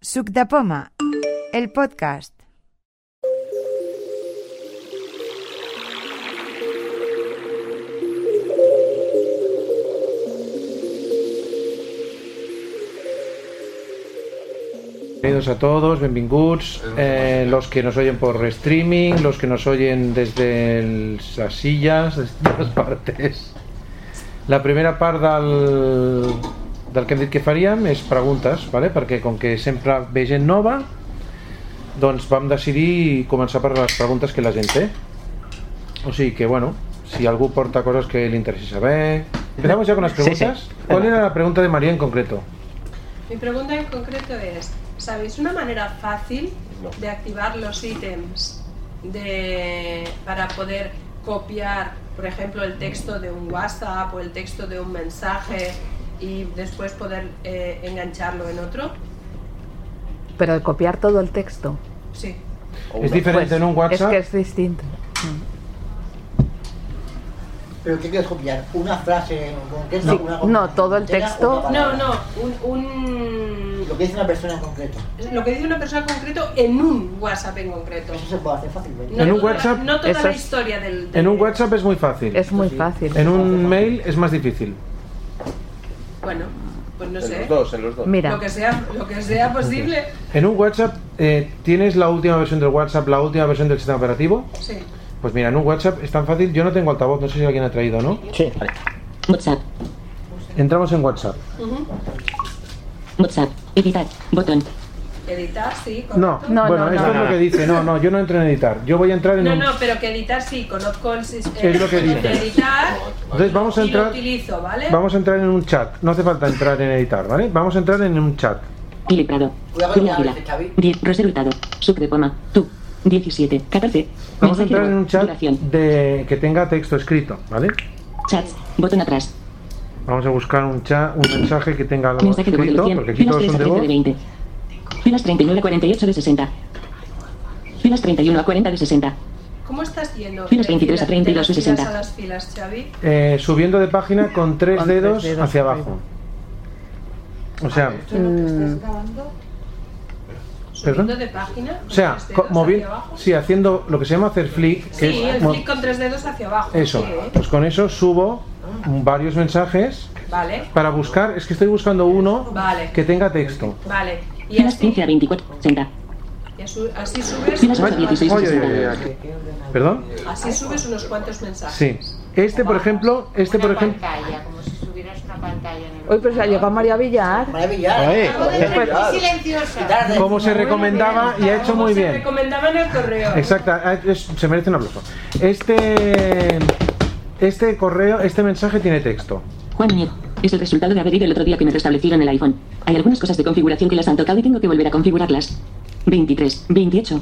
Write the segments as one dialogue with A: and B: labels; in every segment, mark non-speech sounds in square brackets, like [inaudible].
A: Sukdapoma, el podcast.
B: Bienvenidos a todos, bienvenidos, eh, los que nos oyen por streaming, los que nos oyen desde el- las sillas, desde [laughs] todas partes. La primera part del, del que hem dit que faríem és preguntes, vale? perquè com que sempre ve gent nova, doncs vam decidir començar per les preguntes que la gent té. O sigui que, bueno, si algú porta coses que li interessi saber... Empezamos ya con las
C: Sí, sí.
B: preguntas. ¿Cuál era la pregunta de María en concreto?
D: Mi pregunta en concreto es, ¿sabéis una manera fácil de activar los ítems de, para poder copiar, por ejemplo, el texto de un WhatsApp o el texto de un mensaje y después poder eh, engancharlo en otro?
E: Pero de copiar todo el texto. Pues,
D: Sí.
B: ¿Es diferente en un WhatsApp?
E: Es que es distinto.
F: ¿Pero qué quieres copiar? ¿Una frase en concreto?
E: Sí,
F: una
E: no, todo el
F: entera,
E: texto.
F: una
D: No,
F: palabra?
D: no, un, un-
F: Lo que dice una persona en concreto.
D: lo que dice una persona en concreto en un WhatsApp en concreto.
F: Eso se puede hacer fácilmente.
D: No
B: En un
D: toda-
B: WhatsApp,
D: no toda
E: eso
D: la
E: es-
D: historia del,
B: En un
D: del-
B: WhatsApp es muy fácil.
E: Es muy
F: Sí.
E: fácil.
B: En un mail es más difícil.
D: Bueno, pues no
C: En
D: sé.
C: los dos, en los dos.
E: Mira,
D: Lo que sea, lo que sea posible.
B: En un WhatsApp eh, tienes la última versión del WhatsApp, la última versión del sistema operativo.
D: Sí.
B: Pues mira, en un WhatsApp es tan fácil. Yo no tengo altavoz, no sé si alguien ha traído, ¿no?
G: Sí.
H: WhatsApp.
B: Entramos en WhatsApp.
D: Ujú.
H: WhatsApp. Editar. Botón.
D: Editar, sí. correcto.
B: No,
E: No,
B: bueno,
E: no,
B: esto
E: no.
B: es lo que dice. No, no, yo no entro en editar. Yo voy a entrar en
D: No,
B: un.
D: no, pero que editar sí, conozco el sistema
B: Es lo que dice.
D: editar
B: Entonces vamos a
D: y lo
B: entrar,
D: utilizo, ¿vale?
B: vamos a entrar en un chat. No hace falta entrar en editar, ¿vale? Vamos a entrar en un chat.
H: Ile Prado.
F: Cuidado con
H: Julio
F: la
H: Águila.
F: vez, Xavi.
H: 10. Rosé Hurtado. Suc de Poma. Tú. 17. 14.
B: Vamos a
H: Mensaje
B: entrar
H: de
B: en
H: voz.
B: un chat
H: Duración.
B: de que tenga texto escrito, ¿vale?
H: Chats. Botón atrás.
B: Vamos a buscar un chat, un mensaje que tenga algo
H: Mensaje de voz de
B: escrito,
H: los 100.
B: porque aquí
H: Filas
B: todos
H: 3
B: son
H: a
B: de
H: 30
B: voz.
H: de 20. Filas 39 a 48 de 60. Filas 31 a 40 de 60.
D: ¿Cómo estás yendo?
H: Filas 23 a
D: De
H: 32 y
D: las filas
H: 60.
D: a las filas, Xavi?
B: Eh, subiendo de página con tres
E: Con tres
B: dedos
E: dedos
B: hacia
E: arriba.
B: abajo. O sea,
D: Subiendo
B: Mm. ¿Perdón?
D: de página.
B: o sea,
D: con tres
B: co-
D: dedos
B: moviendo,
D: hacia abajo.
B: sí, haciendo lo que se llama hacer flick, que
D: Sí,
B: es
D: el
B: mo-
D: clic con tres dedos hacia abajo.
B: eso.
D: sí, ¿eh?
B: Pues con eso subo varios mensajes
D: Vale,
B: para buscar. Es que estoy buscando uno
D: Vale.
B: que tenga texto.
D: vale. Y
H: Filas
D: así,
H: 15 a 24. 60.
D: y asu- así subes,
H: Filas
B: Ay,
H: 8 a 16 de
B: oye, oye,
H: 60.
B: oye, aquí. Perdón.
D: así subes unos cuantos mensajes.
B: Sí. Este, por ejemplo, este, por ejemplo,
I: pantalla, como si subieras una pantalla en el
E: hoy pues ha llegado María Villar.
F: Maravilla.
G: Oye.
I: Acabo de ser muy silenciosa.
F: Quitar de-
B: como se recomendaba y ha hecho
D: Como
B: muy
D: se
B: bien.
D: recomendaba en el correo.
B: Exacta, ah, es- se merece un aplauso. Este, este correo, este mensaje tiene texto.
H: Juan Nieto. Es el resultado de haber ido el otro día que me restablecieron el iPhone. Hay algunas cosas de configuración que las han tocado y tengo que volver a configurarlas. 23, 28.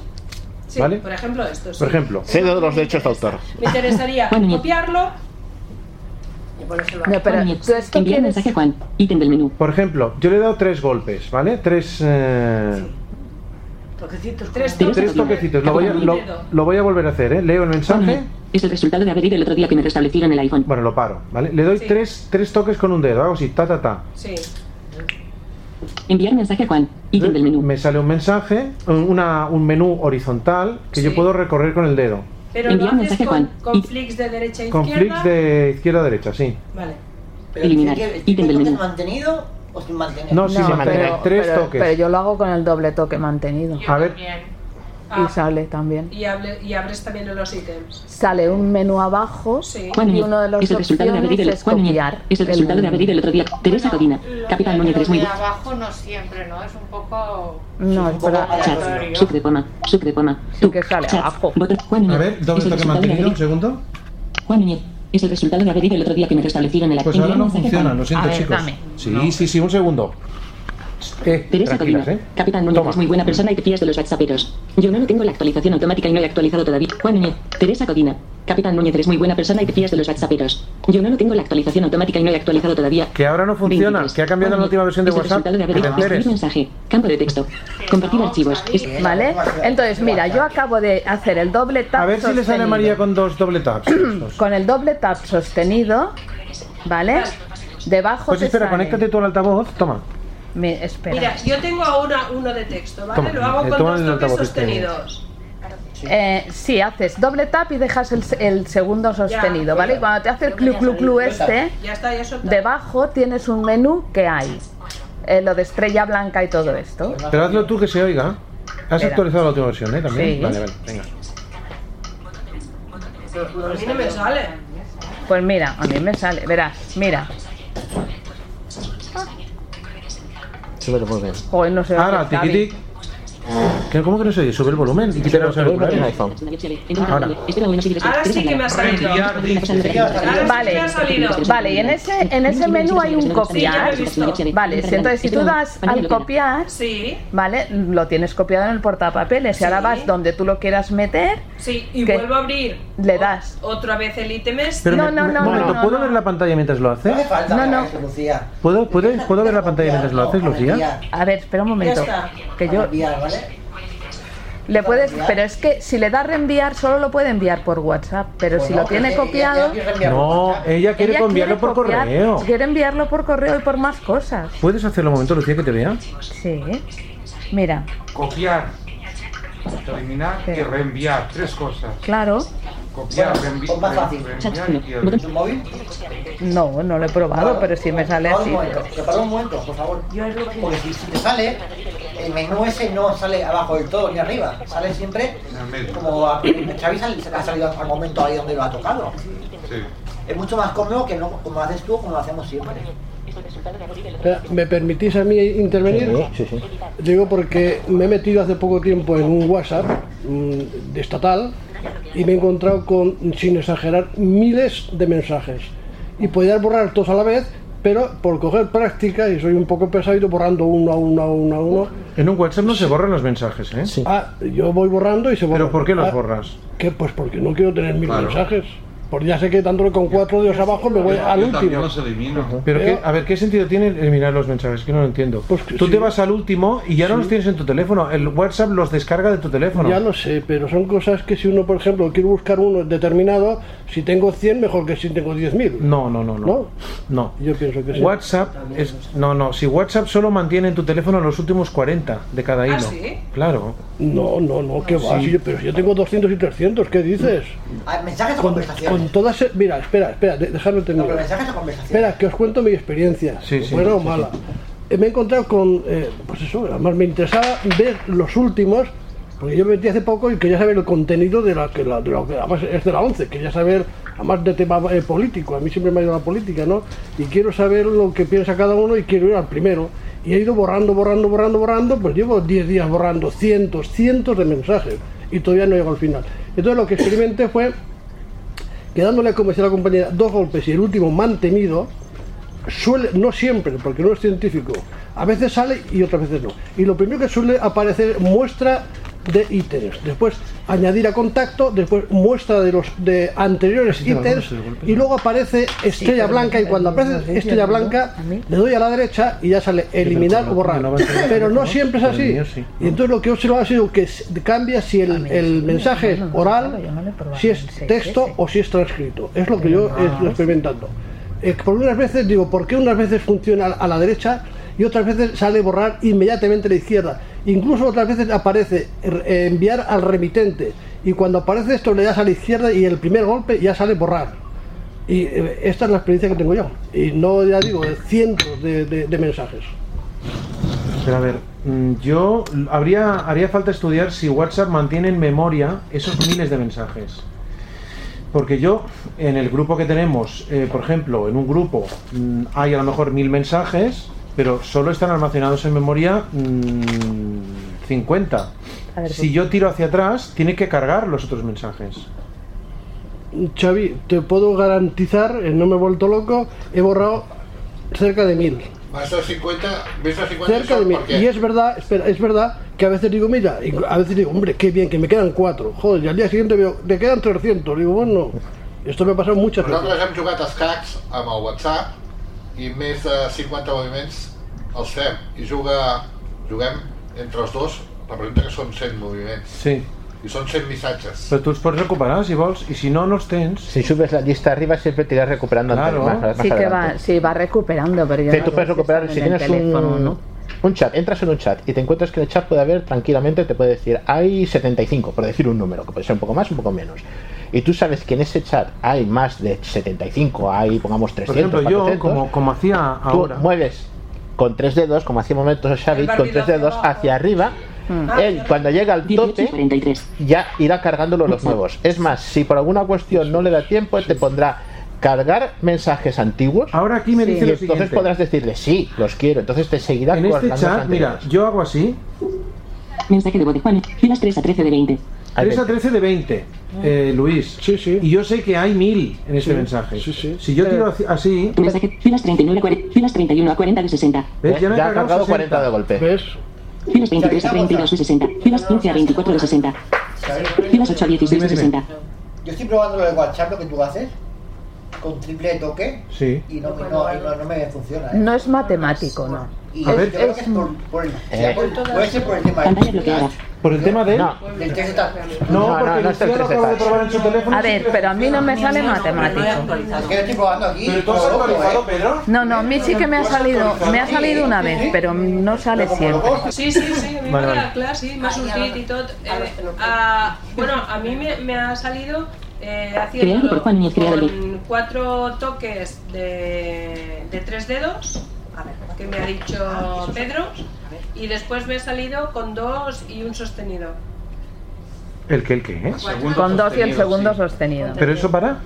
D: Sí,
B: ¿Vale?
D: por ejemplo, esto. sí.
B: Por ejemplo,
G: Cedo los derechos de autor.
D: Me interesaría
H: Bueno, ni-
D: copiarlo.
E: No, pero
H: Juan Nieto.
E: tú esto
H: Enviar
E: quieres.
H: mensaje a Juan. Ítem del menú.
B: por ejemplo, yo le he dado tres golpes, ¿vale? Tres, eh,
D: Tres
H: Tres
B: tres toquecitos. Lo voy, a, lo- lo voy a volver a hacer, ¿eh? Leo el
H: Juan
B: mensaje.
H: Nieto. Es el resultado de haber ido el otro día que me restablecieron el iPhone.
B: Bueno, lo paro, ¿vale? Le doy
D: Sí.
B: tres, tres toques con un dedo, hago así, ta, ta, ta.
D: Sí.
H: Enviar mensaje a Juan. Ítem del menú.
B: ¿Eh? Me sale un mensaje, un- una, un menú horizontal que yo
D: Sí.
B: puedo recorrer con el dedo.
D: Pero
H: Enviar
D: lo haces
H: mensaje,
D: con,
H: Juan.
D: con
H: Y-
D: flicks de derecha a
B: Con
D: izquierda.
B: flips de izquierda a derecha, sí.
D: Vale.
F: Pero
H: Eliminar.
F: tiene que-
H: Ítem del
F: ¿tiene que
H: menú.
F: ser mantenido o sin mantener?
B: No, sí,
G: se
E: No,
G: mantiene.
E: pero,
B: tres
E: pero-
B: toques.
E: pero yo lo hago con el doble toque mantenido.
I: Yo
B: A ver.
I: también.
D: Ah,
E: Y sale también.
D: y, hable- y abres también los ítems.
E: Sale un menú abajo
D: Sí.
H: Juan
E: y
H: Nieto.
E: uno de los
H: es el resultado de haber
E: opciones
H: ido el
E: es
H: Juan Nieto.
E: copiar.
H: Es el resultado de haber ido el otro día. Teresa Codina.
I: Lo de-
H: Capitán Núñez es
I: lo
H: muy
I: de
H: bueno.
I: abajo no siempre, ¿no? Es un poco...
E: No, espera.
I: Aleatorio.
H: Chats. Sucre Poma. Sucre Poma. Tú.
E: que sale
H: Chats.
E: abajo.
H: Botón. Juan
B: A
H: Nieto.
B: ver, doble
H: Es el
B: toque
H: resultado de
B: mantenido, un
H: haber-
B: segundo.
H: Juan Nieto. Es el resultado de haber ido el otro día que me restablecieron el
B: Pues
H: iPhone.
B: ahora
H: Enviar
B: no
H: mensaje a Juan.
B: funciona, lo siento,
E: A ver,
B: chicos.
E: dame.
B: Sí, sí, sí, un segundo. Eh,
H: Teresa Codina,
B: tranquilas, ¿eh?
H: Capitán Núñez
B: Toma.
H: es muy buena persona y te fías de los WhatsApperos. Yo no, no tengo la actualización automática y no la he actualizado todavía. Juan Núñez, Teresa Codina. Capitán Núñez es muy buena persona y te fías de los WhatsApperos. Yo no, no tengo la actualización automática y no la he actualizado todavía.
B: Que ahora no funciona,
H: 23.
B: que ha cambiado
H: Juan
B: la última versión de
H: es el
B: WhatsApp.
H: resultado de haber
B: que te
H: ido a escribir
B: enteres.
H: mensaje, campo de texto, compartir
I: no,
H: archivos.
I: Xavi.
H: Es-
E: ¿Vale? Entonces, mira, yo acabo de hacer el doble tap
B: A ver si le sale a
E: sostenido.
B: María con dos
E: [coughs]
B: doble taps. Pues estos.
E: Con el doble tap sostenido, ¿vale? Debajo
B: Pues
E: te
B: espera,
E: sale-
B: conéctate tú al altavoz. Toma.
E: Mi- espera.
D: Mira, yo tengo ahora uno de texto, ¿vale?
B: Toma,
D: Lo hago
B: eh,
D: con
B: toma el
D: dos toques
B: altavoz este.
D: sostenidos.
E: Eh, sí, haces doble tap y dejas el, se- el segundo sostenido, ¿vale? Y cuando te hace el clu clu clu este,
D: Ya está, ya soltado.
E: debajo tienes un menú que hay. Eh, lo de estrella blanca y todo esto.
B: Pero hazlo tú que se oiga. Has
E: Espera.
B: actualizado la última versión, ¿eh? También.
E: Sí.
B: Vale, vale, venga.
D: A mí no me sale.
E: Pues mira, a mí me sale, verás, mira.
C: Sube el volumen.
E: Hoy no se oye,
B: Ahora,
E: Javi.
B: tiquitic. ¿Qué- ¿Cómo que no se oye? Sube el volumen y quita los
C: Sube el volumen en
B: auriculares.
C: iPhone.
B: Ahora.
D: Ahora Este sí que me ha salido.
E: Vale, vale, y en ese, en ese menú hay un copiar.
D: Sí, ya lo he visto.
E: Vale, si entonces si tú das al copiar,
D: Sí,
E: ¿vale? Lo tienes copiado en el portapapeles y ahora
D: Sí.
E: vas donde tú lo quieras meter,
D: sí, y
E: ¿Qué?
D: vuelvo a abrir.
E: le das.
D: Otra vez el ítem este.
B: Pero
E: No,
B: me-
E: no,
B: me-
E: no,
B: un momento,
E: no,
B: ¿puedo
E: no.
B: ver la pantalla mientras lo haces?
F: hace falta
E: No,
F: no,
E: no.
F: eso, Lucía.
B: ¿Puedo, puede- ¿Puedo ver la pantalla mientras lo haces, Lucía?
E: A ver, espera un momento.
D: Ya
E: Que yo
F: Enviar, ¿vale?
E: le puedes, pero es que si le das reenviar solo lo puede enviar por WhatsApp, pero
F: Pues
E: si lo tiene copiado,
B: No, ella quiere
E: ella
B: enviarlo por
E: copiar-
B: correo.
E: Quiere enviarlo por correo y por más cosas.
B: ¿Puedes hacerlo un momento, Lucía, que te vea?
E: Sí. Mira,
G: Copiar, eliminar y
E: Espera.
G: reenviar. Tres cosas.
E: claro,
G: Copiar,
F: Bueno,
G: reenvi-
F: más fácil.
G: reenviar y
H: Botón.
F: ¿Tu móvil?
E: no, no lo he probado, pero si me sale
F: Para un
E: así.
F: momento, pero para un momento, por favor. Porque si, si te sale, el menú ese no sale abajo del todo ni arriba. Sale siempre
G: En el medio.
F: como a, Xavi sal- ha salido al momento ahí donde lo ha tocado.
G: Sí.
F: Es mucho más cómodo que no, como haces tú, como lo hacemos siempre.
J: Espera, ¿Me permitís a mí intervenir?
C: Sí, sí.
J: Digo porque me he metido hace poco tiempo en un WhatsApp mm, de estatal y me he encontrado con, sin exagerar, miles de mensajes. Y podía borrar todos a la vez, pero por coger práctica, y soy un poco pesado, he ido borrando uno a uno a uno a uno.
B: En un WhatsApp no se borran los mensajes, ¿eh?
C: Sí.
J: Ah, yo voy borrando y se borra.
B: ¿Pero por qué los
J: Ah,
B: borras?
J: ¿qué? Pues porque no quiero tener mil
G: Claro.
J: mensajes. Porque ya sé que dándole con cuatro dedos abajo me voy al
G: Yo también
J: último.
G: los elimino.
B: Pero,
J: Pero-
B: qué- a ver, ¿qué sentido tiene eliminar los mensajes? Que no lo entiendo.
J: Pues que
B: Tú
J: sí.
B: te vas al último y ya no los tienes en tu teléfono. El WhatsApp los descarga de tu teléfono.
J: Ya lo sé, pero son cosas que si uno, por ejemplo, quiere buscar uno determinado, si tengo 100, mejor que si tengo 10.000.
B: No, no, no, no.
J: ¿No?
B: No.
J: Yo pienso que sí.
B: WhatsApp es no no si WhatsApp solo mantiene en tu teléfono los últimos 40 de cada hilo
D: sí?
B: claro
J: No, no, no, que va. si yo- pero si yo tengo 200 y 300, ¿qué dices?
F: Ah, mensajes o
J: Con,
F: conversaciones.
J: con todas. e- Mira, espera, espera, de- dejadme
F: No, pero
J: terminar.
F: mensajes o conversaciones.
J: Espera, que os cuento mi experiencia,
B: Sí, sí,
J: buena o
B: sí, sí.
J: mala. Eh, Me he encontrado con, eh, pues eso, además me interesaba ver los últimos, porque yo me metí hace poco y quería saber el contenido de la que, la- de lo que además es de la 11, quería saber, además de tema eh, político, a mí siempre me ha ido la política, ¿no? Y quiero saber lo que piensa cada uno y quiero ir al primero. Y he ido borrando, borrando, borrando, borrando, pues llevo 10 días borrando cientos, cientos de mensajes y todavía no llego al final. Entonces lo que experimenté fue quedándole, como decía la compañera, dos golpes y el último mantenido, suele, no siempre, porque no es científico, a veces sale y otras veces no. Y lo primero que suele aparecer muestra de ítems, después añadir a contacto, después muestra de los de anteriores
B: te la
J: ítems
B: conoces de golpe,
J: y luego aparece estrella
E: pero
J: blanca y cuando aparece
E: no,
J: estrella
E: no,
J: blanca
E: a mí.
J: le doy a la derecha y ya sale eliminar
B: pero
J: o borrar.
B: no va a ser-
J: Pero
B: ¿no?
J: no siempre es
B: Pero el
J: así.
B: mío sí.
J: Y entonces lo que he observado ha sido que s- cambia si el,
E: mí
J: el
E: sí,
J: mensaje
E: no, no,
J: es
E: no,
J: oral,
E: yo no lo he probado
J: si es
E: en 6S.
J: texto o si es transcrito. Es lo que yo estoy experimentando. Eh, por unas veces digo, ¿por qué unas veces funciona a la derecha y otras veces sale borrar inmediatamente a la izquierda? Incluso otras veces aparece eh, enviar al remitente y cuando aparece esto le das a la izquierda y el primer golpe ya sale borrar. Y eh, esta es la experiencia que tengo yo. Y no, ya digo, de cientos de, de- de mensajes.
B: pero a ver mm, yo habría haría falta estudiar si WhatsApp mantiene en memoria esos miles de mensajes porque yo en el grupo que tenemos eh, por ejemplo en un grupo mm, hay a lo mejor mil mensajes pero solo están almacenados en memoria mm, 50
E: A ver,
B: si yo tiro hacia atrás tiene que cargar los otros mensajes
J: Xavi, te puedo garantizar, eh, no me he vuelto loco, he borrado cerca de mil.
K: Esos 50, esos 50
J: Cerca de
K: son
J: mil.
K: porque
J: Y es verdad, espera, es verdad que a veces digo, mira, y a veces digo, hombre, qué bien, que me quedan cuatro. Joder, y al día siguiente veo, te quedan 300. Digo, bueno, esto me ha pasado muchas veces.
K: nosaltres hem jugat els cacs amb el WhatsApp i més de 50 moviments els fem i juga, juguem entre els dos representa que són 100 moviments
B: sí
K: i són 100 missatges
B: Pero tú los puedes recuperar si vols, y si no, no los tens.
C: Si subes la lista arriba, siempre te irás recuperando antes,
B: Claro.
C: más, más
E: sí que va,
C: adelante.
E: sí, va recuperando, pero yo
C: Sí,
E: no
C: tú
E: sé
C: puedes
E: si
C: recuperar,
E: están
C: si
E: en el
C: tienes un,
E: teléfono, ¿no?
C: Un chat, entras en un chat y te encuentras que en el chat puede haber tranquilamente, te puede decir, hay 75, por decir un número, que puede ser un poco más, un poco menos. Y tú sabes que en ese chat hay más de 75, hay, pongamos, 300,
B: ejemplo, yo,
C: 400,
B: como- hacía ahora.
C: Tú mueves con tres dedos, como hacía momentos Xavi,
B: El
C: con tres
B: barrido
C: dedos hacia arriba.
E: Mm.
C: Él, cuando llega al tope, ya irá cargándolo los nuevos. Es más, si por alguna cuestión no le da tiempo, te pondrá cargar mensajes antiguos.
B: Ahora aquí me dice lo
C: entonces
B: siguiente.
C: podrás decirle, sí, los quiero. Entonces te seguirá
B: En
C: cargando
B: este
C: los
B: chat, mira,
C: anteriores.
B: yo hago así.
H: Mensaje de voz de Juan. Filas 3 a 13 de 20.
B: 3 a 13 de 20, eh, Luis. Sí, sí. Y yo sé que hay 1000 en este mensaje. Sí, sí. Si yo tiro
D: Eh.
B: hacia- así.
H: Tu mensaje. Filas 39 a 40. Filas 31 a 40 de 60.
B: ¿Ves? Ya me he Ya ha cargado cargado 60. 40 de
C: golpe.
J: ¿Ves?
H: Filas 23 a 32 de 60. Filas 15 a 24 de 60. Filas 8 a 16 de 60.
F: Yo estoy probando lo de WhatsApp, lo que tú haces, con triple toque,
B: Sí.
F: y no, me- no, y no, no me funciona. ¿eh?
E: No es matemático, no.
F: Y es- yo creo que es por, por el,
E: Eh.
F: por- puede ser por el tema
E: Pantalla
F: del-
E: bloqueada.
B: ¿Por el tema de él?
F: del texto tal.
B: No, porque Lucía lo acaba de probar en su teléfono.
E: A ver, pero a mí no me sale matemático.
F: Es que yo estoy probando aquí.
B: ¿Pero tú has
F: como loco,
B: actualizado,
F: ¿eh?
B: Pedro?
E: No, no, a mí sí que me ha salido, me ha salido una vez, pero no sale siempre.
D: Sí, sí, sí, a mí
E: Vale,
D: me da
E: vale.
D: clase, sí, me ha
I: Ay,
D: surtido y todo. eh, a- bueno, a mí me, me ha salido eh,
H: Creado por
D: haciendo
H: Juan Núñez, creado
D: con cuatro toques de, de tres dedos, a ver, que me ha dicho Pedro, y después me ha salido con dos y un sostenido.
B: ¿El qué, el qué? eh?
E: Con dos y el segundo sostenido.
B: ¿Pero eso para?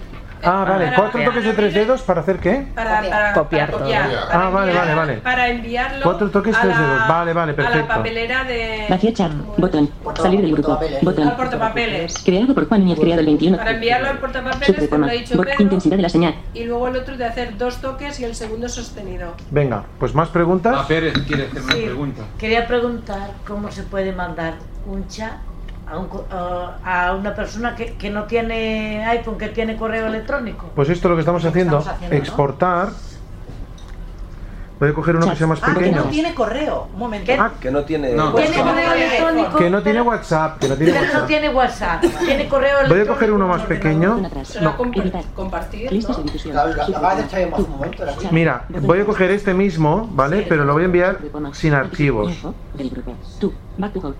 B: Ah, vale.
D: para-
B: ¿Cuatro toques de tres dedos para hacer qué?
D: Para para-
E: Copiar
D: para
E: todo.
D: copiar,
B: Ah, vale, vale, vale.
D: Para enviarlo
B: Cuatro toques,
D: a
B: tres
D: la-
B: dedos. Vale, vale,
D: a la
B: perfecto.
D: papelera de...
H: Vacía chat. Botón. Salir del grupo. Botón.
D: Al portapapeles.
H: Creado por Juan Núñez, creado el 21.
D: Para enviarlo al portapapeles, como
H: Subtema.
D: lo ha dicho
H: Bot-
D: Pedro,
H: Intensidad de la señal.
D: y luego el otro de hacer dos toques y el segundo sostenido.
B: Venga, pues más preguntas. A
G: ver, quiere hacer una pregunta.
L: Quería preguntar cómo se puede mandar un chat a, un co- a- a una persona que, que no tiene iPhone, que tiene correo electrónico.
B: Pues esto lo que estamos haciendo,
L: estamos haciendo, ¿no?
B: exportar. Voy a coger uno que sea más
L: Ah, que
B: pequeño.
L: no tiene correo. Un momento.
M: Que no tiene.
B: Ah, No. pues
L: Tiene correo electrónico,
B: Que no tiene WhatsApp, que no tiene
L: pero no
B: WhatsApp.
L: tiene WhatsApp. Tiene correo
B: Voy a
L: electrónico.
B: coger uno más pequeño. No,
D: compartir,
F: Claro, lo acabas de echar en un momento. la-
B: Mira, voy a coger este mismo, ¿vale? Pero lo voy a enviar sin archivos.
H: Del grupo. Tú. Back to home.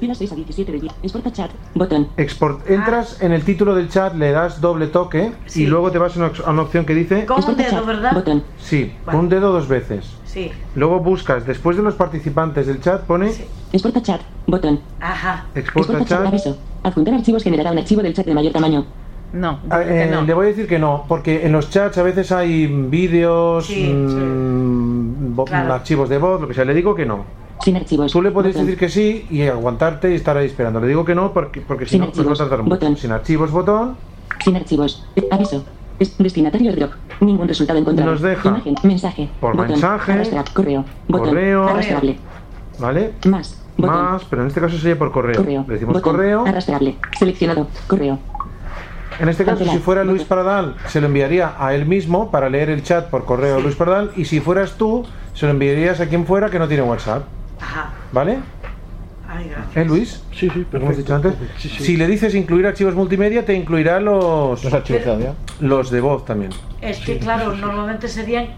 H: Filas 6 a 17 de 10. Exporta chat. Botón.
B: Export, entras
L: Ah.
B: en el título del chat, le das doble toque y luego te vas a una, a una opción que dice...
L: Con un dedo, ¿verdad?
B: Sí, un dedo dos veces.
L: Sí.
B: Luego buscas, después de los participantes del chat pone...
H: Exporta chat. Botón.
L: Ajá.
B: Exporta chat.
H: Aviso. Adjuntar archivos generará un archivo del chat de mayor tamaño.
E: No.
B: Ah, eh, Le voy a decir que no, porque en los chats a veces hay vídeos,
H: Sí,
B: mm, vo-
H: Claro.
B: archivos de voz, lo que sea. Le digo que no.
H: Sin archivos.
B: Tú le puedes
H: Botón.
B: decir que sí y aguantarte y estar ahí esperando. Le digo que no porque, porque si
H: Sin
B: no, pues va a
H: archivos.
B: tardar mucho. Sin archivos, botón.
H: Sin archivos. Eh, Aviso. Es- Destinatario airdrop. Ningún resultado encontrado.
B: Nos deja.
H: Imagen. Mensaje.
B: Por
H: Botón.
B: mensaje.
H: Arrastrar. Correo. Botón.
B: Correo.
H: Arrastrable.
B: ¿Vale?
H: Más. Botón.
B: Más, pero en este caso sería por correo.
H: Correo.
B: Le decimos
H: Botón.
B: correo.
H: Arrastrable. Seleccionado. Correo.
B: En este caso,
H: Cancelar.
B: si fuera Luis Pardal, se lo enviaría a él mismo para leer el chat por correo a Luis Pardal. Y si fueras tú, se lo enviarías a quien fuera que no tiene WhatsApp. ¿Vale?
L: Ay, gracias.
B: ¿Eh, Luis?
J: Sí, sí,
B: pero hemos dicho antes. Si le dices incluir archivos multimedia, te incluirá los, los
L: archivos de audio.
B: Los de voz también.
L: Es que, claro, normalmente serían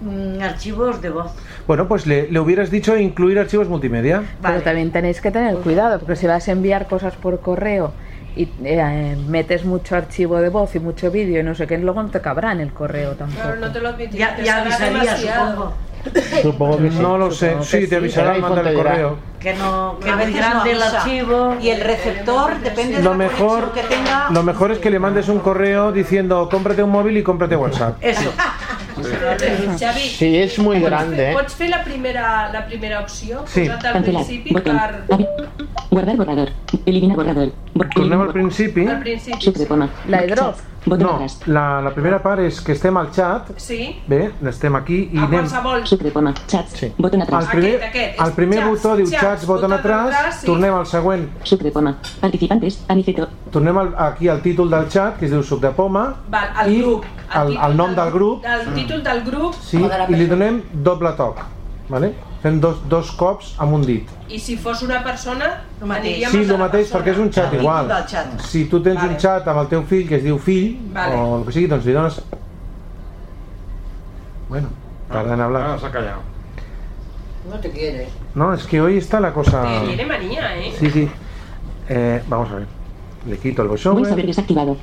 L: mm, archivos de voz.
B: Bueno, pues le, le hubieras dicho incluir archivos multimedia.
E: Pero también tenéis que tener cuidado, porque si vas a enviar cosas por correo y eh, metes mucho archivo de voz y mucho vídeo y no sé qué, luego no te cabrá en el correo tampoco.
D: Claro, no te lo admití.
L: Ya-
D: te
L: ya
D: sabrá
L: avisaría,
D: demasiado.
B: Supongo que No lo sé.
E: que
B: Sí,
E: sí.
B: te avisará
E: El
B: al
E: iPhone
B: mandar
E: te
B: el
E: dirá.
B: correo.
L: Que no, que
E: A
L: no es
E: veces
L: grande
E: no
L: el
E: avisa.
L: archivo.
N: Y el receptor depende de
B: Lo
N: la
B: mejor,
N: conexión que tenga.
B: lo mejor es que le mandes un correo diciendo cómprate un móvil y cómprate WhatsApp.
L: Eso.
D: Xavi,
B: Sí, es muy
D: pots
B: grande,
D: fer-
B: eh.
D: Pots fer la primera, la primera opció?
B: Sí.
D: Posat al
H: Cancelar.
D: principi
H: Botón.
D: per...
H: Guardar borrador. Eliminar borrador. Bo-
B: Tornem al principi.
D: Al principi,
H: Subtema.
E: La drop.
H: Botón
B: No,
H: atrás.
B: la, la primera part és que estem al xat,
D: Sí.
B: bé, estem aquí i
D: A
B: anem...
D: qualsevol.
H: Subtema. Chat. Botón atrás.
B: Al primer, al primer botó diu xats, botó atrás, tornem al següent.
H: Suc de poma. Participantes. Aniceto.
B: Tornem al, aquí al títol del xat, que es diu suc de poma,
D: Val, el
B: i
D: grup.
B: el, el nom del grup,
D: El títol del grup
B: sí,
D: o de la
B: i li
D: persona.
B: donem doble toc. Vale? Fem dos, dos cops amb un dit.
D: I si fos una persona, aniríem
B: Sí,
D: a la
B: el mateix,
D: persona. Ah,
B: perquè és un xat igual. Si tu tens un xat amb el teu fill que es diu fill,
D: Vale.
B: o el que sigui, doncs li dones... Bueno, tarda en hablar.
G: Ah, se ha callado.
F: No te quiere.
B: No, es que hoy está la cosa.
F: Te tiene manía, ¿eh?
B: Ah. Sí, sí. Eh, vamos a ver. Le quito el
H: Voy a
B: voiceover.
H: saber desactivado.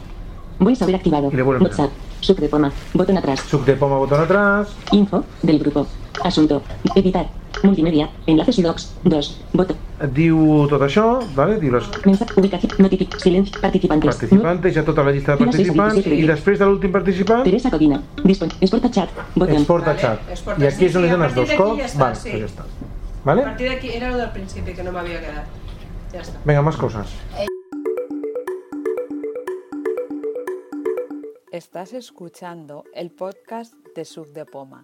H: Voy a saber activado.
B: Y le vuelvo a empezar.
H: WhatsApp. Sub de poma. Botón atrás.
B: Sub de poma, botón atrás.
H: Info del grupo. Asunto. Editar. Multimedia. Enlaces y docs. 2. Botón.
B: Diu tot això, vale? diu les
H: Mensaje. Ubicación. Notific. Silencio. Participantes.
B: participantes, ja tota la llista de
H: Quines és
B: participants
H: difícil,
B: i després de l'últim participant
H: Teresa Codina. Dispon. Exporta chat. Botón.
B: exporta chat. I aquí és on li dones dos cops, vale,
D: sí.
B: pues ja està.
D: A
B: Vale?
D: partir de aquí era lo del principio que no me había quedado. Ya está.
B: Vinga, més coses.
M: Estás escuchando el podcast de Sub de Poma.